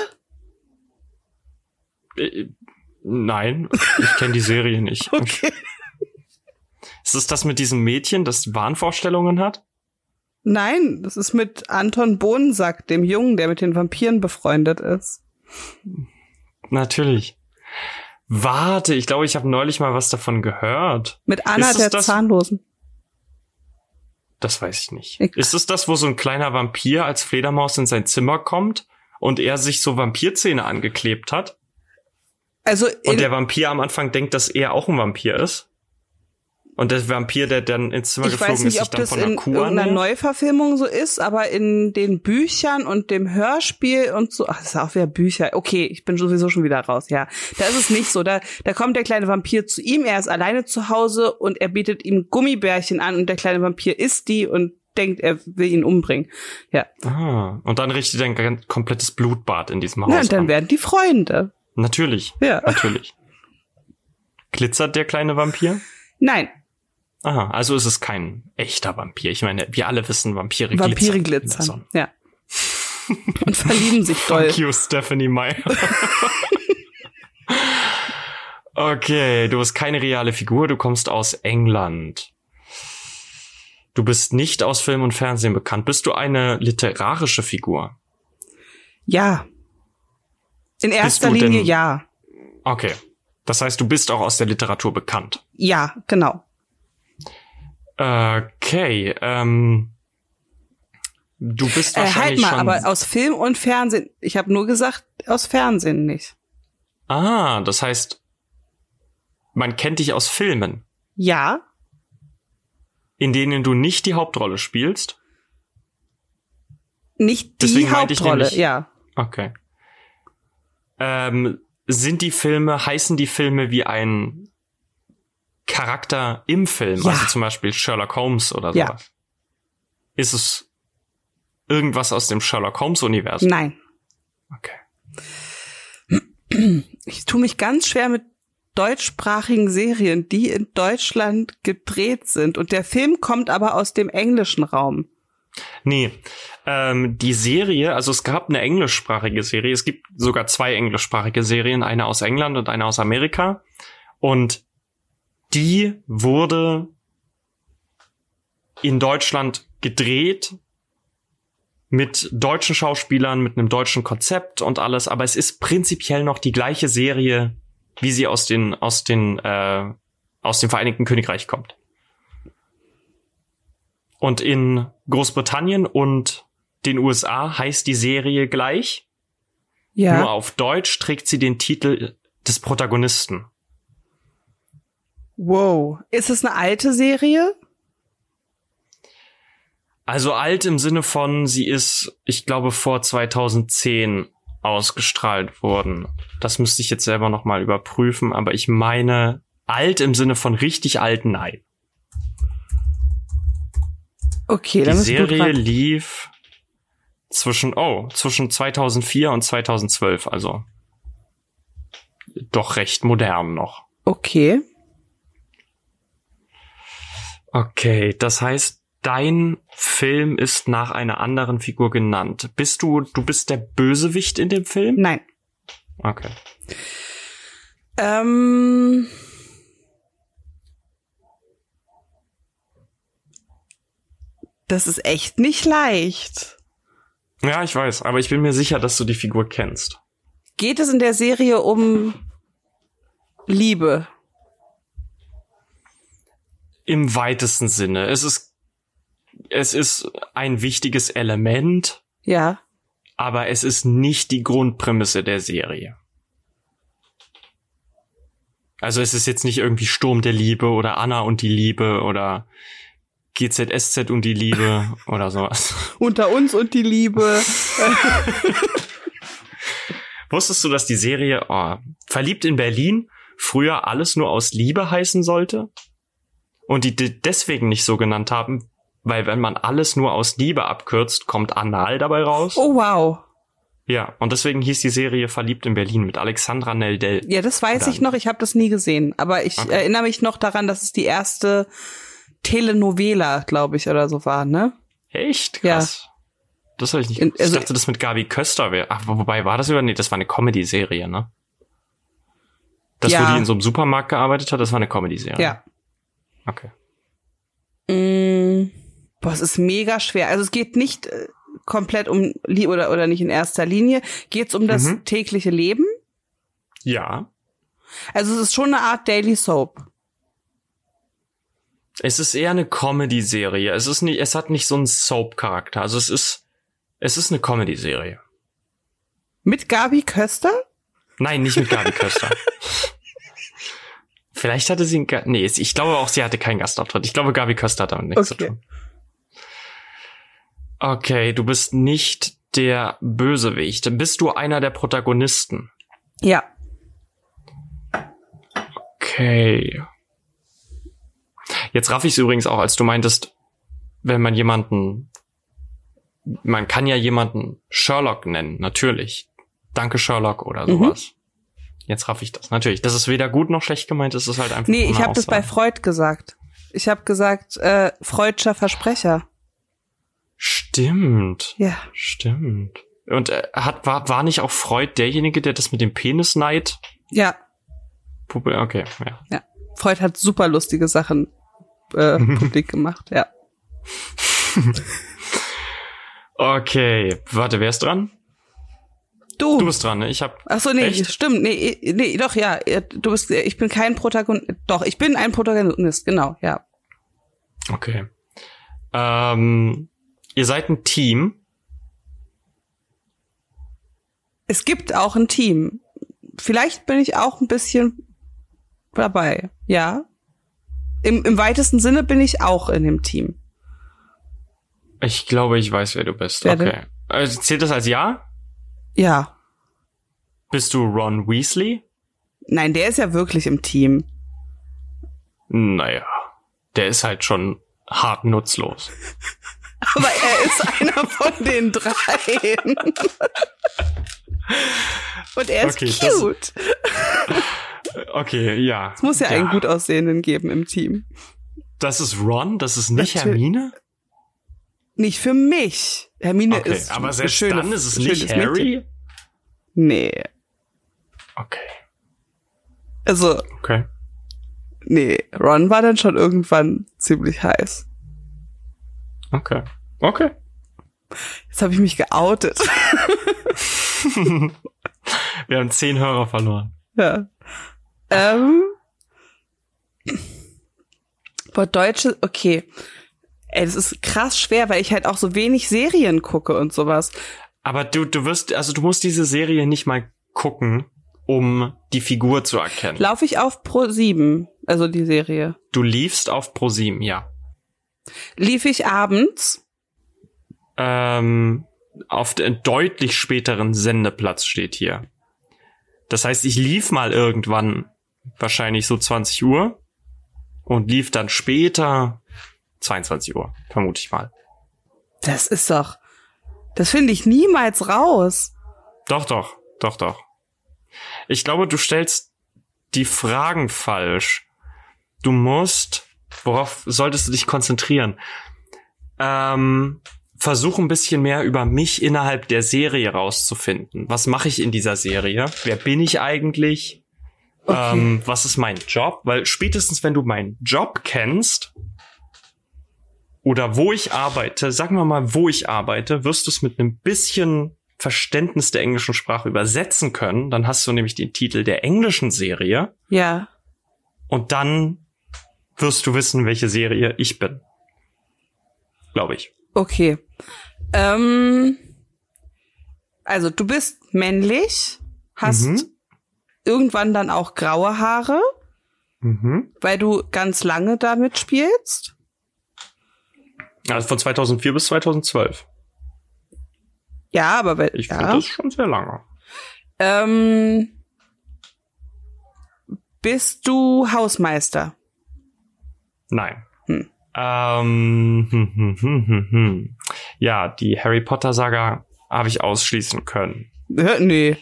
Äh, Nein, ich kenne die Serie nicht.
[laughs] Okay.
Ist es das mit diesem Mädchen, das Wahnvorstellungen hat?
Nein, das ist mit Anton Bohnensack, dem Jungen, der mit den Vampiren befreundet ist.
Natürlich. Warte, ich glaube, ich habe neulich mal was davon gehört.
Mit Anna
Ist es
der
das-
Zahnlosen.
Das weiß ich nicht.
Ich-
Ist es das, wo so ein kleiner Vampir als Fledermaus in sein Zimmer kommt und er sich so Vampirzähne angeklebt hat
Also
und
in,
der Vampir am Anfang denkt, dass er auch ein Vampir ist? Und der Vampir, der dann ins Zimmer
ich
geflogen
weiß nicht,
ist,
ob
sich dann
das
von einer
in
Kuh
irgendeiner
ernährt?
Neuverfilmung so ist, aber in den Büchern und dem Hörspiel und so. Ach, das ist auch wieder Bücher. Okay, ich bin sowieso schon wieder raus, ja. Da ist es nicht so. Da, da kommt der kleine Vampir zu ihm, er ist alleine zu Hause und er bietet ihm Gummibärchen an und der kleine Vampir isst die und denkt, er will ihn umbringen. Ja.
Ah, und dann richtet er ein ganz- komplettes Blutbad in diesem Haus
Na, und dann
an.
werden die Freunde.
Natürlich,
Ja.
[laughs] natürlich. Glitzert der kleine Vampir?
Nein,
Aha, also ist es kein echter Vampir. Ich meine, wir alle wissen, Vampire,
Vampire
glitzern. in der
glitzern.
Sonne.
Ja. [laughs] Und verlieben sich doll.
Fuck you, Stephanie
[laughs]
Meyer. okay, du bist keine reale Figur, du kommst aus England. Du bist nicht aus Film und Fernsehen bekannt. Bist du eine literarische Figur?
Ja. In erster
du denn-
Linie ja.
Okay. Das heißt, du bist auch aus der Literatur bekannt.
Ja, genau.
Okay, ähm, du bist
Äh, halt
wahrscheinlich
mal,
schon.
aber aus Film und Fernsehen. Ich habe nur gesagt, aus Fernsehen nicht.
ah, das heißt, man kennt dich aus Filmen,
Ja,
in denen du nicht die Hauptrolle spielst.
nicht die
Deswegen meinte ich
Hauptrolle.
nämlich-
ja.
Okay. Ähm, sind die Filme, heißen die Filme wie ein Charakter im Film,
Ja.
also zum Beispiel Sherlock Holmes oder
Ja.
sowas? Ist es irgendwas aus dem Sherlock Holmes Universum?
Nein.
Okay.
Ich tue mich ganz schwer mit deutschsprachigen Serien, die in Deutschland gedreht sind. Und der Film kommt aber aus dem englischen Raum.
Nee, ähm, die Serie, also es gab eine englischsprachige Serie, es gibt sogar zwei englischsprachige Serien, eine aus England und eine aus Amerika. Und die wurde in Deutschland gedreht mit deutschen Schauspielern, mit einem deutschen Konzept und alles, aber es ist prinzipiell noch die gleiche Serie, wie sie aus den, aus den, äh, aus dem Vereinigten Königreich kommt. Und in Großbritannien und den USA heißt die Serie gleich. Nur
Ja.
auf Deutsch trägt sie den Titel des Protagonisten.
Wow. Ist es eine alte Serie?
Also alt im Sinne von, sie ist, ich glaube, vor 2010 ausgestrahlt worden. Das müsste ich jetzt selber nochmal überprüfen, aber ich meine, alt im Sinne von richtig alt, nein.
Okay,
Die
dann bist du
Serie
dran.
lief zwischen, oh, zwischen 2004 und 2012, also doch recht modern noch.
Okay.
Okay, das heißt, dein Film ist nach einer anderen Figur genannt. Bist du, du bist der Bösewicht in dem Film?
Nein.
Okay.
Ähm. Das ist echt nicht leicht.
Ja, ich weiß, aber ich bin mir sicher, dass du die Figur kennst.
Geht es in der Serie um Liebe?
Im weitesten Sinne. Es ist, es ist ein wichtiges Element,
Ja.
aber es ist nicht die Grundprämisse der Serie. Also es ist jetzt nicht irgendwie Sturm der Liebe oder Anna und die Liebe oder GZSZ und die Liebe oder sowas.
Unter uns und die Liebe.
Wusstest du, dass die Serie oh, Verliebt in Berlin früher alles nur aus Liebe heißen sollte? Und die de- deswegen nicht so genannt haben, weil wenn man alles nur aus Liebe abkürzt, kommt Anal dabei raus?
Oh wow.
Ja, und deswegen hieß die Serie Verliebt in Berlin mit Alexandra Neldell.
Ja, das weiß ich noch. Ich habe das nie gesehen. Aber ich
Okay.
erinnere mich noch daran, dass es die erste Telenovela, glaube ich, oder so war, ne?
Echt?
Ja.
Krass. Das habe ich nicht.
In- also-
ich dachte, das mit Gabi Köster wäre. Ach, wo- wobei war das über? Nee, das war eine Comedy-Serie, ne? Das,
Ja.
wo die in so einem Supermarkt gearbeitet hat, das war eine Comedy-Serie.
Ja.
Okay.
Mm, boah, es ist mega schwer. Also es geht nicht äh, komplett um Liebe oder, oder nicht in erster Linie. Geht es um das
Mhm.
tägliche Leben?
Ja.
Also es ist schon eine Art Daily Soap.
Es ist eher eine Comedy-Serie. Es ist nicht, es hat nicht so einen Soap-Charakter. Also es ist, es ist eine Comedy-Serie.
Mit Gabi Köster?
Nein, nicht mit Gabi Köster. Vielleicht hatte sie einen, Ga nee, ich glaube auch, sie hatte keinen Gastauftritt. Ich glaube, Gabi Köster hat damit nichts zu
Okay.
tun. Okay, du bist nicht der Bösewicht. Bist du einer der Protagonisten?
Ja.
Okay. Jetzt raff ich es übrigens auch, als du meintest, wenn man jemanden, man kann ja jemanden Sherlock nennen, natürlich. Danke Sherlock oder
Mhm.
sowas. Jetzt raff ich das, natürlich. Das ist weder gut noch schlecht gemeint, es ist halt einfach.
Nee, ich
eine
habe das bei
Aussage.
Freud gesagt. Ich habe gesagt, äh, Freudscher Versprecher.
Stimmt,
Ja.
stimmt. Und äh, hat, war, war nicht auch Freud derjenige, der das mit dem Penisneid?
Ja,
Puppe- Okay, ja.
Freud hat super lustige Sachen äh,
Mhm.
publik gemacht, ja.
Okay, warte, wer ist dran?
Du.
Du bist dran, ne? Ich habe
Ach so, nee,
Echt?
stimmt. Nee, eh, nee, doch ja, eh, du bist ich bin kein Protagonist. Doch, ich bin ein Protagonist, genau, ja.
Okay. Ähm, ihr seid ein Team.
Es gibt auch ein Team. Vielleicht bin ich auch ein bisschen dabei, ja. Im, im weitesten Sinne bin ich auch in dem Team.
Ich glaube, ich weiß, wer du bist.
Wer
okay. Also, zählt das als Ja?
Ja.
Bist du Ron Weasley?
Nein, der ist ja wirklich im Team. [laughs]
Naja, der ist halt schon hart nutzlos.
Aber er ist einer von den dreien. [laughs] Und er ist
Okay, das-
cute. Es
Okay, ja.
muss ja, einen
Ja.
gut aussehenden geben im Team.
Das ist Ron, das ist nicht
Natürlich.
Hermine?
Nicht für mich. Hermine
Okay,
Ne, ist
aber
eine
selbst
schöne,
dann ist es
schönes
nicht
Mädchen.
Harry?
Nee.
Okay,
Also,
okay.
nee. Ron war dann schon irgendwann ziemlich heiß.
Okay. Okay.
Jetzt habe ich mich geoutet. [laughs]
Wir haben zehn Hörer verloren.
ja. Ähm. Boah, deutsche, okay. Ey, das ist krass schwer, weil ich halt auch so wenig Serien gucke und sowas.
Aber du, du wirst, also du musst diese Serie nicht mal gucken, um die Figur zu erkennen.
Laufe ich auf Pro 7, also die Serie.
Du liefst auf ProSieben, ja.
Lief ich abends?
Ähm, auf den deutlich späteren Sendeplatz steht hier. Das heißt, ich lief mal irgendwann, wahrscheinlich so 20 Uhr, und lief dann später 22 Uhr, vermute ich mal.
Das ist doch. Das finde ich niemals raus.
Doch, doch, doch, doch. Ich glaube, du stellst die Fragen falsch. Du musst, worauf solltest du dich konzentrieren? Ähm, versuch ein bisschen mehr über mich innerhalb der Serie rauszufinden. Was mache ich in dieser Serie? Wer bin ich eigentlich?
Okay.
Ähm, was ist mein Job? Weil spätestens, wenn du meinen Job kennst oder wo ich arbeite, sagen wir mal, wo ich arbeite, wirst du es mit einem bisschen Verständnis der englischen Sprache übersetzen können. Dann hast du nämlich den Titel der englischen Serie
Ja.
und dann wirst du wissen, welche Serie ich bin. Glaube ich.
Okay. Ähm, also, du bist männlich, hast
Mhm.
irgendwann dann auch graue Haare,
Mhm.
weil du ganz lange damit spielst.
Also von 2004 bis 2012.
Ja, aber weil,
Ich finde
ja.
das schon sehr lange.
Ähm, bist du Hausmeister?
Nein.
Hm.
hm. Ähm, hm, hm, hm, hm, hm. Ja, die Harry Potter Saga habe ich ausschließen können.
Hä, Nee.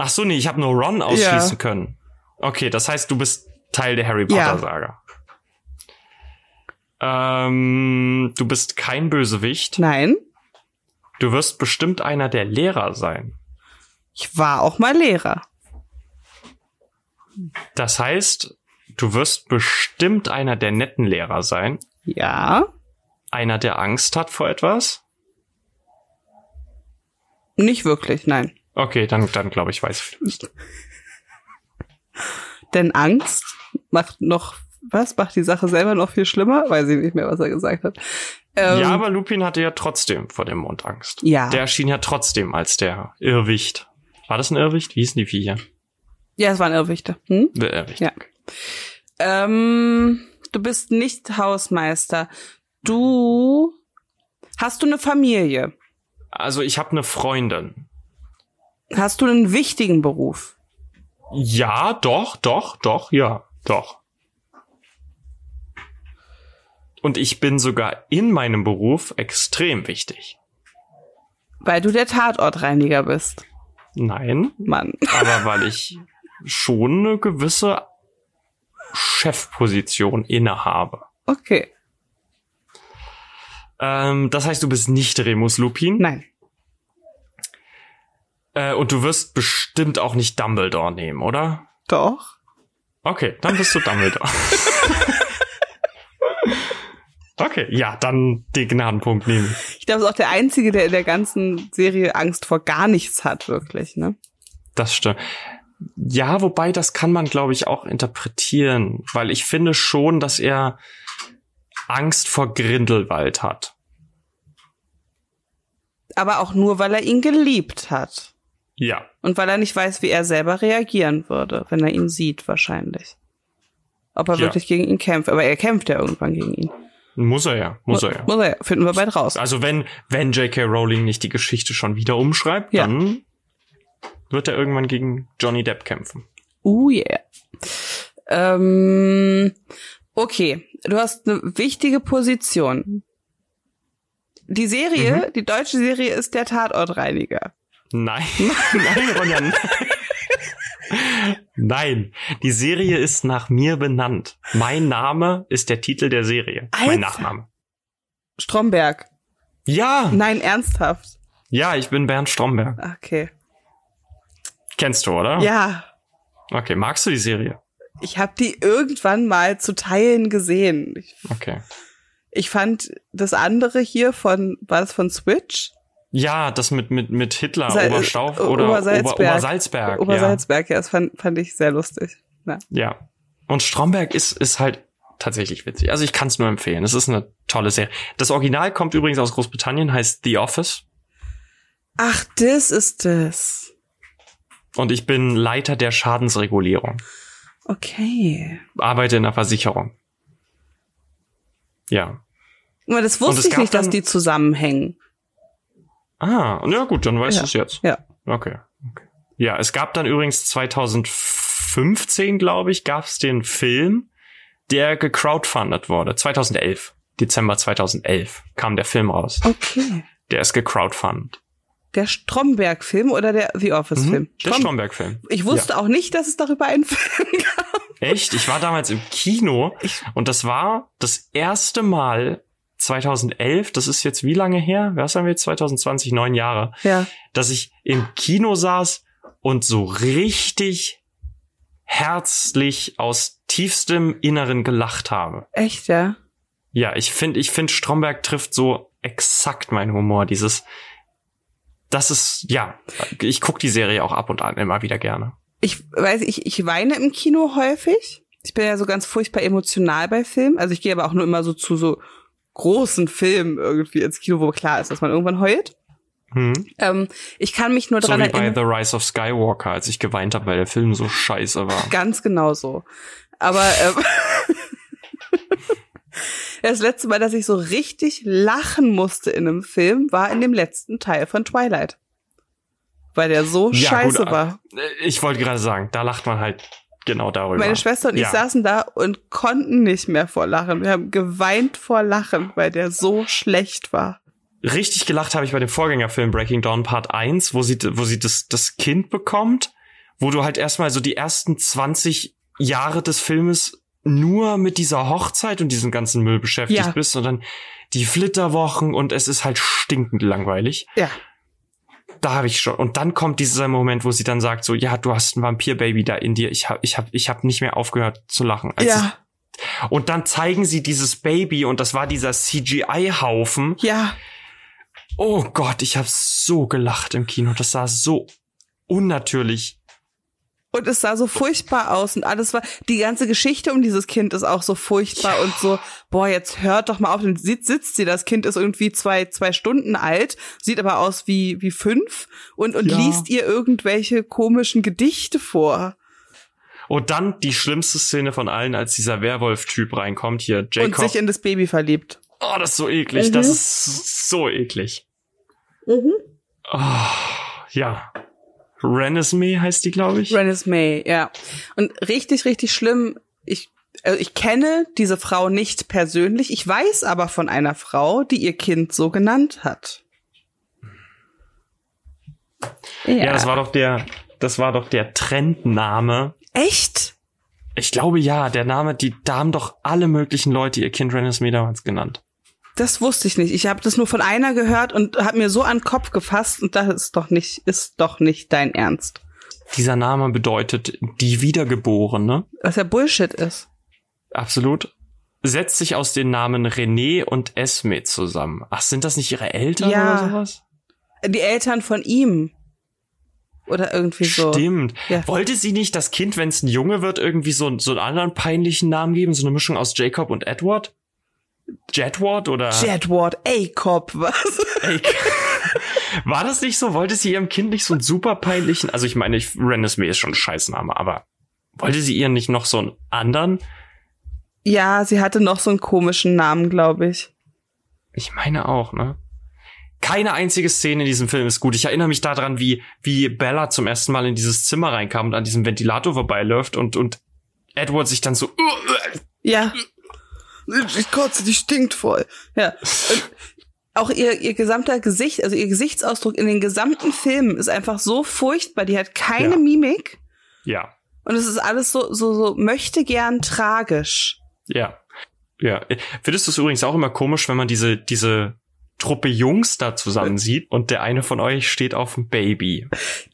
Ach so, nee, ich habe nur Ron ausschließen können. Okay, das heißt, du bist Teil der Harry
Ja.
Potter-Saga. Ähm, du bist kein Bösewicht.
Nein.
Du wirst bestimmt einer der Lehrer sein.
Ich war auch mal Lehrer.
Das heißt, du wirst bestimmt einer der netten Lehrer sein.
Ja.
Einer, der Angst hat vor etwas.
Nicht wirklich, nein.
Okay, dann, dann glaube ich, weiß ich.
Denn Angst macht noch, was? Macht die Sache selber noch viel schlimmer? Weiß ich nicht mehr, was er gesagt hat. Ähm,
ja, aber Lupin hatte ja trotzdem vor dem Mond Angst.
Ja.
Der erschien ja trotzdem als der Irrwicht. War das ein Irrwicht? Wie hießen die Viecher?
ja, es waren Irrwichte. Hm?
Der Irrwicht.
Ja. Ähm, du bist nicht Hausmeister. Du hast du eine Familie?
Also ich habe eine Freundin.
Hast du einen wichtigen Beruf?
Ja, doch, doch, doch, ja, doch. Und ich bin sogar in meinem Beruf extrem wichtig.
Weil du der Tatortreiniger bist.
Nein,
Mann.
aber weil ich schon eine gewisse Chefposition innehabe.
Okay.
Ähm, das heißt, du bist nicht Remus Lupin
Nein.
äh, und du wirst bestimmt auch nicht Dumbledore nehmen, oder?
Doch.
Okay, dann bist du Dumbledore. [laughs] okay, ja, dann den Gnadenpunkt nehmen.
Ich glaube, es ist auch der Einzige, der in der ganzen Serie Angst vor gar nichts hat, wirklich, ne?
Das stimmt. Ja, wobei das kann man, glaube ich, auch interpretieren, weil ich finde schon, dass er Angst vor Grindelwald hat.
Aber auch nur, weil er ihn geliebt hat.
Ja.
Und weil er nicht weiß, wie er selber reagieren würde, wenn er ihn sieht, wahrscheinlich. Ob er
Ja.
wirklich gegen ihn kämpft. Aber er kämpft ja irgendwann gegen ihn.
Muss er ja, muss er ja.
Muss er ja. Finden wir bald raus.
Also wenn, wenn J.K. Rowling nicht die Geschichte schon wieder umschreibt,
Ja.
dann wird er irgendwann gegen Johnny Depp kämpfen.
Oh yeah. Ähm, okay, du hast eine wichtige Position. Die Serie, die deutsche Serie ist der Tatortreiniger.
Nein, [laughs] nein, Ronja. nein. [laughs] Nein, die Serie ist nach mir benannt. Mein Name ist der Titel der Serie.
Alter.
Mein Nachname.
Stromberg.
Ja,
Nein, ernsthaft.
ja, ich bin Bernd Stromberg.
Okay.
Kennst du, oder?
Ja,
Okay, magst du die Serie?
ich habe die irgendwann mal zu Teilen gesehen. Ich,
Okay.
ich fand das andere hier von, war das von Switch?
Ja, das mit, mit, mit Hitler,
Sal-
Oberstauf
äh,
oder
Obersalzberg.
Ober, Obersalzberg.
Obersalzberg, ja, das fand, fand ich sehr lustig. Ja.
Ja. ja. Und Stromberg ist, ist halt tatsächlich witzig. Also ich kann es nur empfehlen. Es ist eine tolle Serie. Das Original kommt übrigens aus Großbritannien, heißt The Office.
Ach, das ist es.
Und ich bin Leiter der Schadensregulierung.
Okay.
Arbeite in der Versicherung. Ja.
Aber das
Und es
wusste ich
gab
nicht, dass
dann-
die zusammenhängen.
Ah, na gut, dann weißt
Ja.
du es jetzt.
Ja.
Okay. okay. Ja, es gab dann übrigens 2015, glaube ich, gab es den Film, der gecrowdfundet wurde. 2011. Dezember 2011 kam der Film raus.
Okay.
Der ist gecrowdfundet.
Der Stromberg-Film oder der The Office-Film?
Mhm. Der
Strom-
Stromberg-Film.
ich wusste auch nicht, dass es darüber einen [laughs] Film gab.
Echt? Ich war damals im Kino und das war das erste Mal 2011, das ist jetzt wie lange her? Was haben wir jetzt? 2020, neun Jahre.
Ja.
dass ich im Kino saß und so richtig herzlich aus tiefstem Inneren gelacht habe.
Echt, ja?
Ja, ich finde, ich finde, Stromberg trifft so exakt meinen Humor. Dieses, das ist, ja, ich guck die Serie auch ab und an immer wieder gerne.
Ich weiß, ich, ich weine im Kino häufig. Ich bin ja so ganz furchtbar emotional bei Filmen. Also ich gehe aber auch nur immer so zu so großen Filmen irgendwie ins Kino, wo klar ist, dass man irgendwann heult.
Hm?
Ähm, ich kann mich nur
So
dran
wie bei
erinnern.
The Rise of Skywalker, als ich geweint habe, weil der Film so scheiße war.
Ganz genau so. Aber ähm, [laughs] das letzte Mal, dass ich so richtig lachen musste in einem Film, war in dem letzten Teil von Twilight. Weil der so
Ja,
scheiße
gut, äh,
war.
Ich wollte gerade sagen, da lacht man halt genau darüber.
Meine Schwester und ich
Ja.
saßen da und konnten nicht mehr vor Lachen. Wir haben geweint vor Lachen, weil der so schlecht war.
richtig gelacht habe ich bei dem Vorgängerfilm Breaking Dawn Part 1, wo sie, wo sie das, das Kind bekommt, wo du halt erstmal so die ersten 20 Jahre des Filmes nur mit dieser Hochzeit und diesem ganzen Müll beschäftigt
Ja.
bist, sondern die Flitterwochen und es ist halt stinkend langweilig.
Ja.
Da habe ich schon. Und dann kommt dieser Moment, wo sie dann sagt so, ja, du hast ein Vampirbaby da in dir. Ich habe ich hab, ich hab nicht mehr aufgehört zu lachen. als
ja.
es- Und dann zeigen sie dieses Baby und das war dieser CGI-Haufen.
Ja.
Oh Gott, ich habe so gelacht im Kino. Das sah so unnatürlich.
Und es sah so furchtbar aus und alles war, die ganze Geschichte um dieses Kind ist auch so furchtbar und so, boah, jetzt hört doch mal auf, dann sitzt, sitzt sie, das Kind ist irgendwie zwei, zwei Stunden alt, sieht aber aus wie, wie fünf und, und
Ja.
liest ihr irgendwelche komischen Gedichte vor.
Und dann die schlimmste Szene von allen, als dieser Werwolf-Typ reinkommt hier, Jacob.
Und sich in das Baby verliebt.
oh, das ist so eklig.
Mhm.
Das ist so eklig. Oh, ja. Renesmee heißt die, glaube ich.
Renis May, ja. Und richtig, richtig schlimm. Ich, also ich kenne diese Frau nicht persönlich. Ich weiß aber von einer Frau, die ihr Kind so genannt hat.
ja, das war doch der, das war doch der Trendname.
echt?
Ich glaube ja, der Name, die, da haben doch alle möglichen Leute ihr Kind Renesmee damals genannt.
Das wusste ich nicht. Ich habe das nur von einer gehört und habe mir so an den Kopf gefasst und das ist doch nicht, ist doch nicht dein Ernst.
Dieser Name bedeutet die Wiedergeborene.
Was ja Bullshit ist.
Absolut. Setzt sich aus den Namen René und Esme zusammen. Ach, sind das nicht ihre Eltern
Ja.
oder sowas?
Die Eltern von ihm. Oder irgendwie so.
Stimmt.
Ja.
Wollte sie nicht das Kind, wenn es ein Junge wird, irgendwie so, so einen anderen peinlichen Namen geben? So eine Mischung aus Jacob und Edward? Jedward oder?
Jedward A-Cop, was?
Ey, [laughs] war das nicht so? Wollte sie ihrem Kind nicht so einen super peinlichen, also ich meine, ich, Renesmee ist schon ein Scheißname, aber wollte sie ihr nicht noch so einen anderen?
Ja, sie hatte noch so einen komischen Namen, glaube ich.
Ich meine auch, ne? Keine einzige Szene in diesem Film ist gut. Ich erinnere mich daran, wie, wie Bella zum ersten Mal in dieses Zimmer reinkam und an diesem Ventilator vorbeiläuft und, und Edward sich dann so,
Ja. Ich kotze, die stinkt voll. Ja. Und auch ihr, ihr gesamter Gesicht, also ihr Gesichtsausdruck in den gesamten Filmen ist einfach so furchtbar. Die hat keine
Ja.
Mimik
ja,
und es ist alles so, so, so möchte gern tragisch.
ja, ja. Findest du es übrigens auch immer komisch, wenn man diese, diese Truppe Jungs da zusammen sieht und der eine von euch steht auf dem Baby?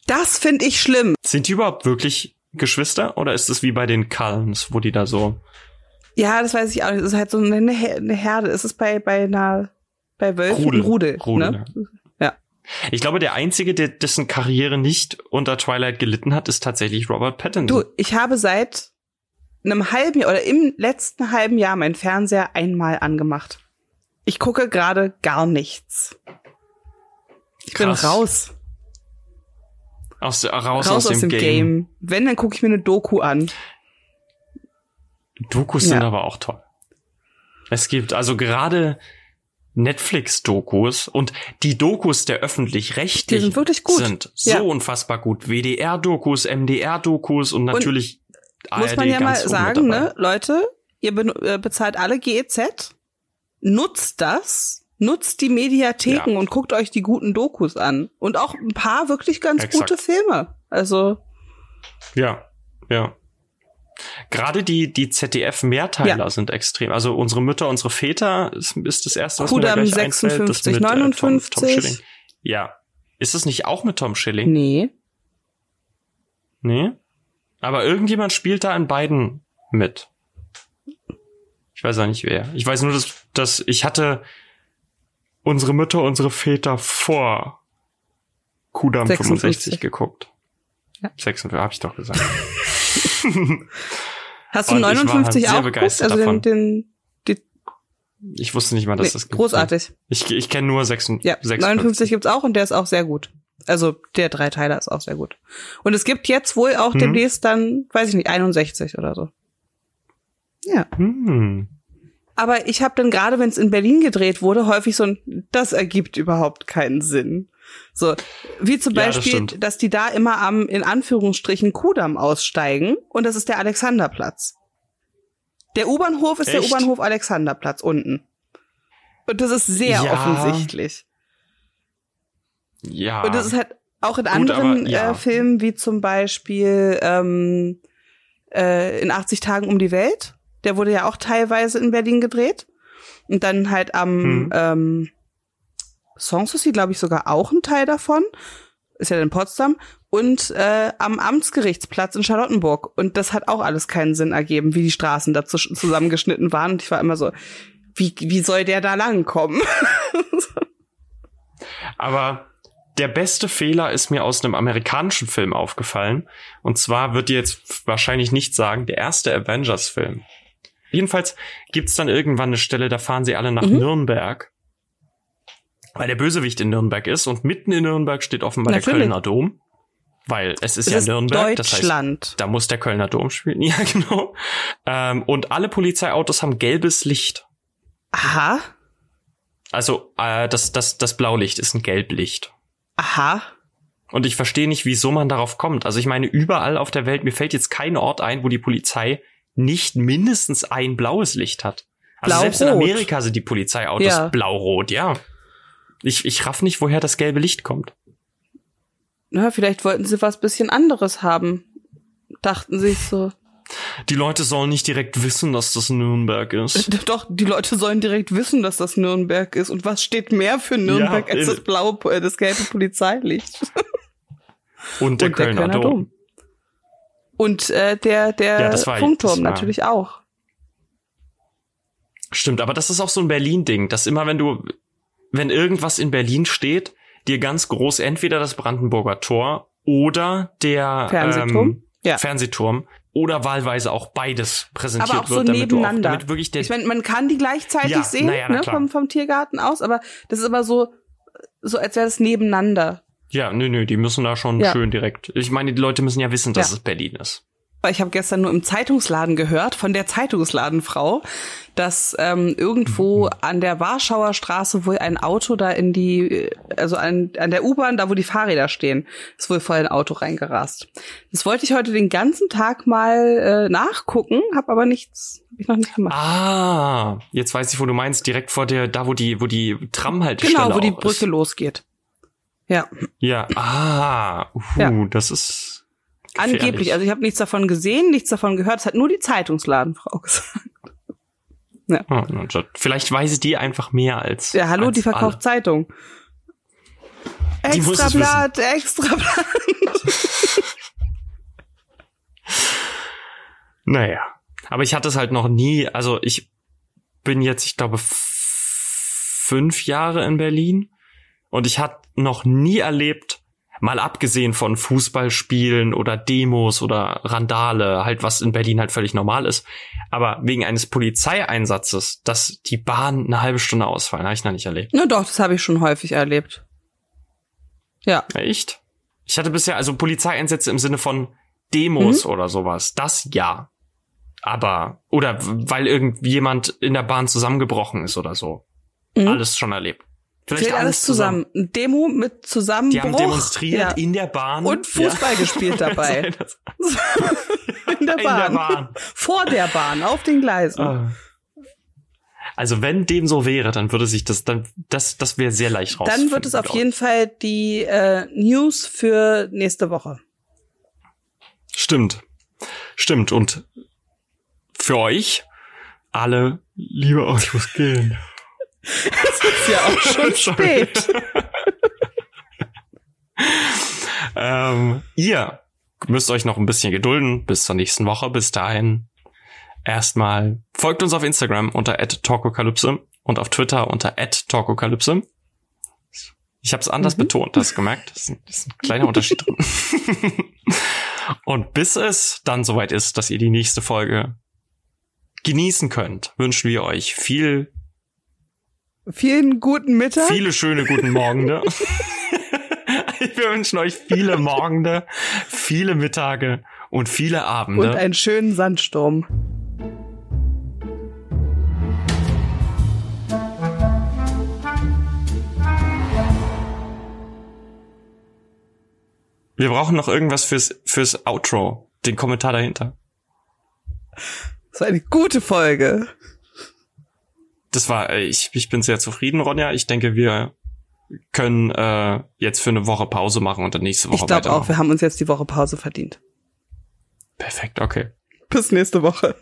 Das finde ich schlimm.
Sind die überhaupt wirklich Geschwister oder ist es wie bei den Culms, wo die da so,
Ja, das weiß ich auch nicht. Es ist halt so eine, Her- eine Herde. Es ist bei, bei einer, bei Wölfen
Rudel.
ein Rudel.
Rudel,
ne?
ich glaube, der einzige, der, dessen Karriere nicht unter Twilight gelitten hat, ist tatsächlich Robert Pattinson.
Du, ich habe seit einem halben Jahr oder im letzten halben Jahr meinen Fernseher einmal angemacht. Ich gucke gerade gar nichts. Ich bin
Krass.
raus.
Aus, der- raus,
Raus, aus, dem, Game. Wenn, dann gucke ich mir eine Doku an.
Dokus
Ja.
sind aber auch toll. Es gibt also gerade Netflix-Dokus und die Dokus der
Die
öffentlich-rechtlichen
sind wirklich gut.
sind so
Ja.
unfassbar gut. WDR-Dokus, MDR-Dokus und natürlich
Muss
ARD
man ja mal
Ah, ganz oben mit
sagen,
dabei.
ne? Leute, ihr ben- äh, bezahlt alle GEZ. Nutzt das. Nutzt die Mediatheken
Ja.
und guckt euch die guten Dokus an. Und auch ein paar wirklich ganz
Exakt.
gute Filme. Also,
Ja, ja. Gerade die, die ZDF-Mehrteiler
Ja.
sind extrem. Also unsere Mütter, unsere Väter ist, ist das erste, was
Kudam
mir da gleich
56,
einfällt. Das mit, Äh, Tom, Tom
59.
Schilling. Ja. Ist es nicht auch mit Tom Schilling?
nee.
Nee. Aber irgendjemand spielt da in beiden mit. Ich weiß auch nicht wer. Ich weiß nur, dass, dass ich hatte unsere Mütter, unsere Väter vor Kudam
56.
65 geguckt.
Ja.
56, habe ich doch gesagt.
Hast du
Und ich war halt
59
sehr
auch geguckt?
begeistert
Also
davon.
den, den
Ich wusste nicht mal, dass
nee,
das gibt.
großartig.
Ich, ich kenne nur 56.
Ja, 59 gibt's auch und der ist auch sehr gut. Also der Dreiteiler ist auch sehr gut. Und es gibt jetzt wohl auch
Mhm.
demnächst dann, weiß ich nicht, 61 oder so. Ja,
Hm.
aber ich habe dann gerade, wenn es in Berlin gedreht wurde, häufig so ein, das ergibt überhaupt keinen Sinn. So, wie zum
Ja, das
Beispiel,
stimmt.
dass die da immer am, in Anführungsstrichen, Kudamm aussteigen und das ist der Alexanderplatz. Der U-Bahnhof ist der
Echt?
U-Bahnhof Alexanderplatz unten. Und das ist sehr
Ja.
offensichtlich.
Ja.
Und das ist halt auch in
Gut,
anderen
aber ja.
äh, Filmen, wie zum Beispiel ähm, äh, in 80 Tagen um die Welt. Der wurde ja auch teilweise in Berlin gedreht. Und dann halt am
Mhm.
ähm, Sanssouci, glaube ich, sogar auch ein Teil davon. Ist ja in Potsdam. Und äh, am Amtsgerichtsplatz in Charlottenburg. Und das hat auch alles keinen Sinn ergeben, wie die Straßen da zus- zusammengeschnitten waren. Und ich war immer so, wie, wie soll der da langkommen?
Aber der beste Fehler ist mir aus einem amerikanischen Film aufgefallen. Und zwar wird dir jetzt wahrscheinlich nicht sagen, der erste Avengers-Film. Jedenfalls gibt's dann irgendwann eine Stelle, da fahren sie alle nach
Mhm.
Nürnberg. Weil der Bösewicht in Nürnberg ist und mitten in Nürnberg steht offenbar der
Natürlich.
Kölner Dom. Weil es ist ja Nürnberg, das heißt,
Deutschland.
da muss der Kölner Dom spielen. [laughs] Ja, genau. Ähm, und alle Polizeiautos haben gelbes Licht.
aha,
Also äh, das, das, das Blaulicht ist ein Gelblicht.
aha.
Und ich verstehe nicht, wieso man darauf kommt. Also ich meine, überall auf der Welt, mir fällt jetzt kein Ort ein, wo die Polizei nicht mindestens ein blaues Licht hat. Also
Blau-rot.
selbst in Amerika sind die Polizeiautos
Ja.
blau-rot, ja. Ich, ich raff nicht, woher das gelbe Licht kommt.
Na, vielleicht wollten sie was bisschen anderes haben. Dachten
[laughs]
sich so.
Die Leute sollen nicht direkt wissen, dass das Nürnberg [laughs] ist.
äh, Doch, die Leute sollen direkt wissen, dass das Nürnberg ist. Und was steht mehr für Nürnberg
Ja,
als
eh.
das blaue, äh, das gelbe
[laughs]
Polizeilicht?
Und der,
Und
Kölner, Dom.
Und äh, der, der
Ja, das war-
Funkturm
das war-
natürlich auch.
Stimmt, aber das ist auch so ein Berlin-Ding, dass immer wenn du, wenn irgendwas in Berlin steht, dir ganz groß entweder das Brandenburger Tor oder der
Fernsehturm?
Ähm,
Ja.
Fernsehturm oder wahlweise auch beides präsentiert
Aber auch so
wird, damit, Du
nebeneinander.
auch, damit wirklich der,
Ich meine, man kann die gleichzeitig
Ja,
sehen,
na ja, na
ne,
klar.
vom, vom Tiergarten aus, aber das ist immer so, so als wäre das nebeneinander.
ja, nö, nö, die müssen da schon
Ja.
schön direkt. Ich meine, die Leute müssen ja wissen, dass
Ja.
es Berlin ist.
Weil ich habe gestern nur im Zeitungsladen gehört, von der Zeitungsladenfrau, dass ähm,
Mhm.
irgendwo an der Warschauer Straße wohl ein Auto da in die, äh, also an, an der U-Bahn, da wo die Fahrräder stehen, ist wohl voll ein Auto reingerast. Das wollte ich heute den ganzen Tag mal äh, nachgucken, habe aber nichts, hab ich noch nicht gemacht.
Ah, jetzt weiß ich, wo du meinst, direkt vor der, da wo die, wo Ah, die Tramhaltestelle
genau, wo die
auch
Brücke
Ist.
losgeht. Ja,
Ja, ah, uh,
Ja.
das ist gefährlich.
angeblich. Also ich habe nichts davon gesehen, nichts davon gehört. Das hat nur die Zeitungsladenfrau gesagt.
Ah, na, das- Vielleicht weiß die einfach mehr als.
Ja, hallo,
als
die verkauft Zeitung.
Die muss
Extra
es
Blatt, extra Blatt.
Alle. Naja. Aber ich hatte es halt noch nie. Also ich bin jetzt, ich glaube, f- fünf Jahre in Berlin und ich hatte noch nie erlebt, mal abgesehen von Fußballspielen oder Demos oder Randale, halt was in Berlin halt völlig normal ist. Aber wegen eines Polizeieinsatzes, dass die Bahn eine halbe Stunde ausfallen, habe ich noch nicht erlebt.
Na Ne, doch, das habe ich schon häufig erlebt. Ja.
Echt? Ich hatte bisher also Polizeieinsätze im Sinne von
Mhm.
Demos oder sowas. Das ja. Aber, oder w- weil irgendjemand in der Bahn zusammengebrochen ist oder so.
Mhm.
Alles schon erlebt. Vielleicht
Zählt alles zusammen. Demo mit
Die haben
Zusammenbruch.
demonstriert
ja.
in der Bahn.
und
[laughs]
Fußball gespielt dabei.
In der
[laughs] In der Bahn. [laughs]
Bahn.
Vor der Bahn, auf den Gleisen.
Ah. Also wenn dem so wäre, dann würde sich das, dann, das, das wäre sehr leicht raus.
Dann wird es auf jeden Fall die äh, News für nächste Woche.
Stimmt. Stimmt. Und für euch alle, liebe euch, muss gehen.
Ist
[laughs]
ja auch
Sorry.
schon spät.
[laughs] Ähm, ihr müsst euch noch ein bisschen gedulden bis zur nächsten Woche. Bis dahin erstmal folgt uns auf Instagram unter @talkokalypse und auf Twitter unter @talkokalypse. Ich habe es
Mhm.
anders betont, hast du gemerkt? Das ist, ein, das ist ein kleiner Unterschied drin.
[laughs]
und bis es dann soweit ist, dass ihr die nächste Folge genießen könnt, wünschen wir euch viel,
Vielen guten Mittag.
viele schöne guten Morgende. [laughs] wir wünschen euch viele Morgende, viele Mittage und viele Abende.
und einen schönen Sandsturm.
Wir brauchen noch irgendwas fürs, fürs Outro. Den Kommentar dahinter.
So eine gute Folge.
Das war, äh, ich, ich bin sehr zufrieden, Ronja. Ich denke, wir können äh, jetzt für eine Woche Pause machen und dann nächste Woche
Ich glaube auch,
weitermachen.
wir haben uns jetzt die Woche Pause verdient.
Perfekt, okay.
Bis nächste Woche.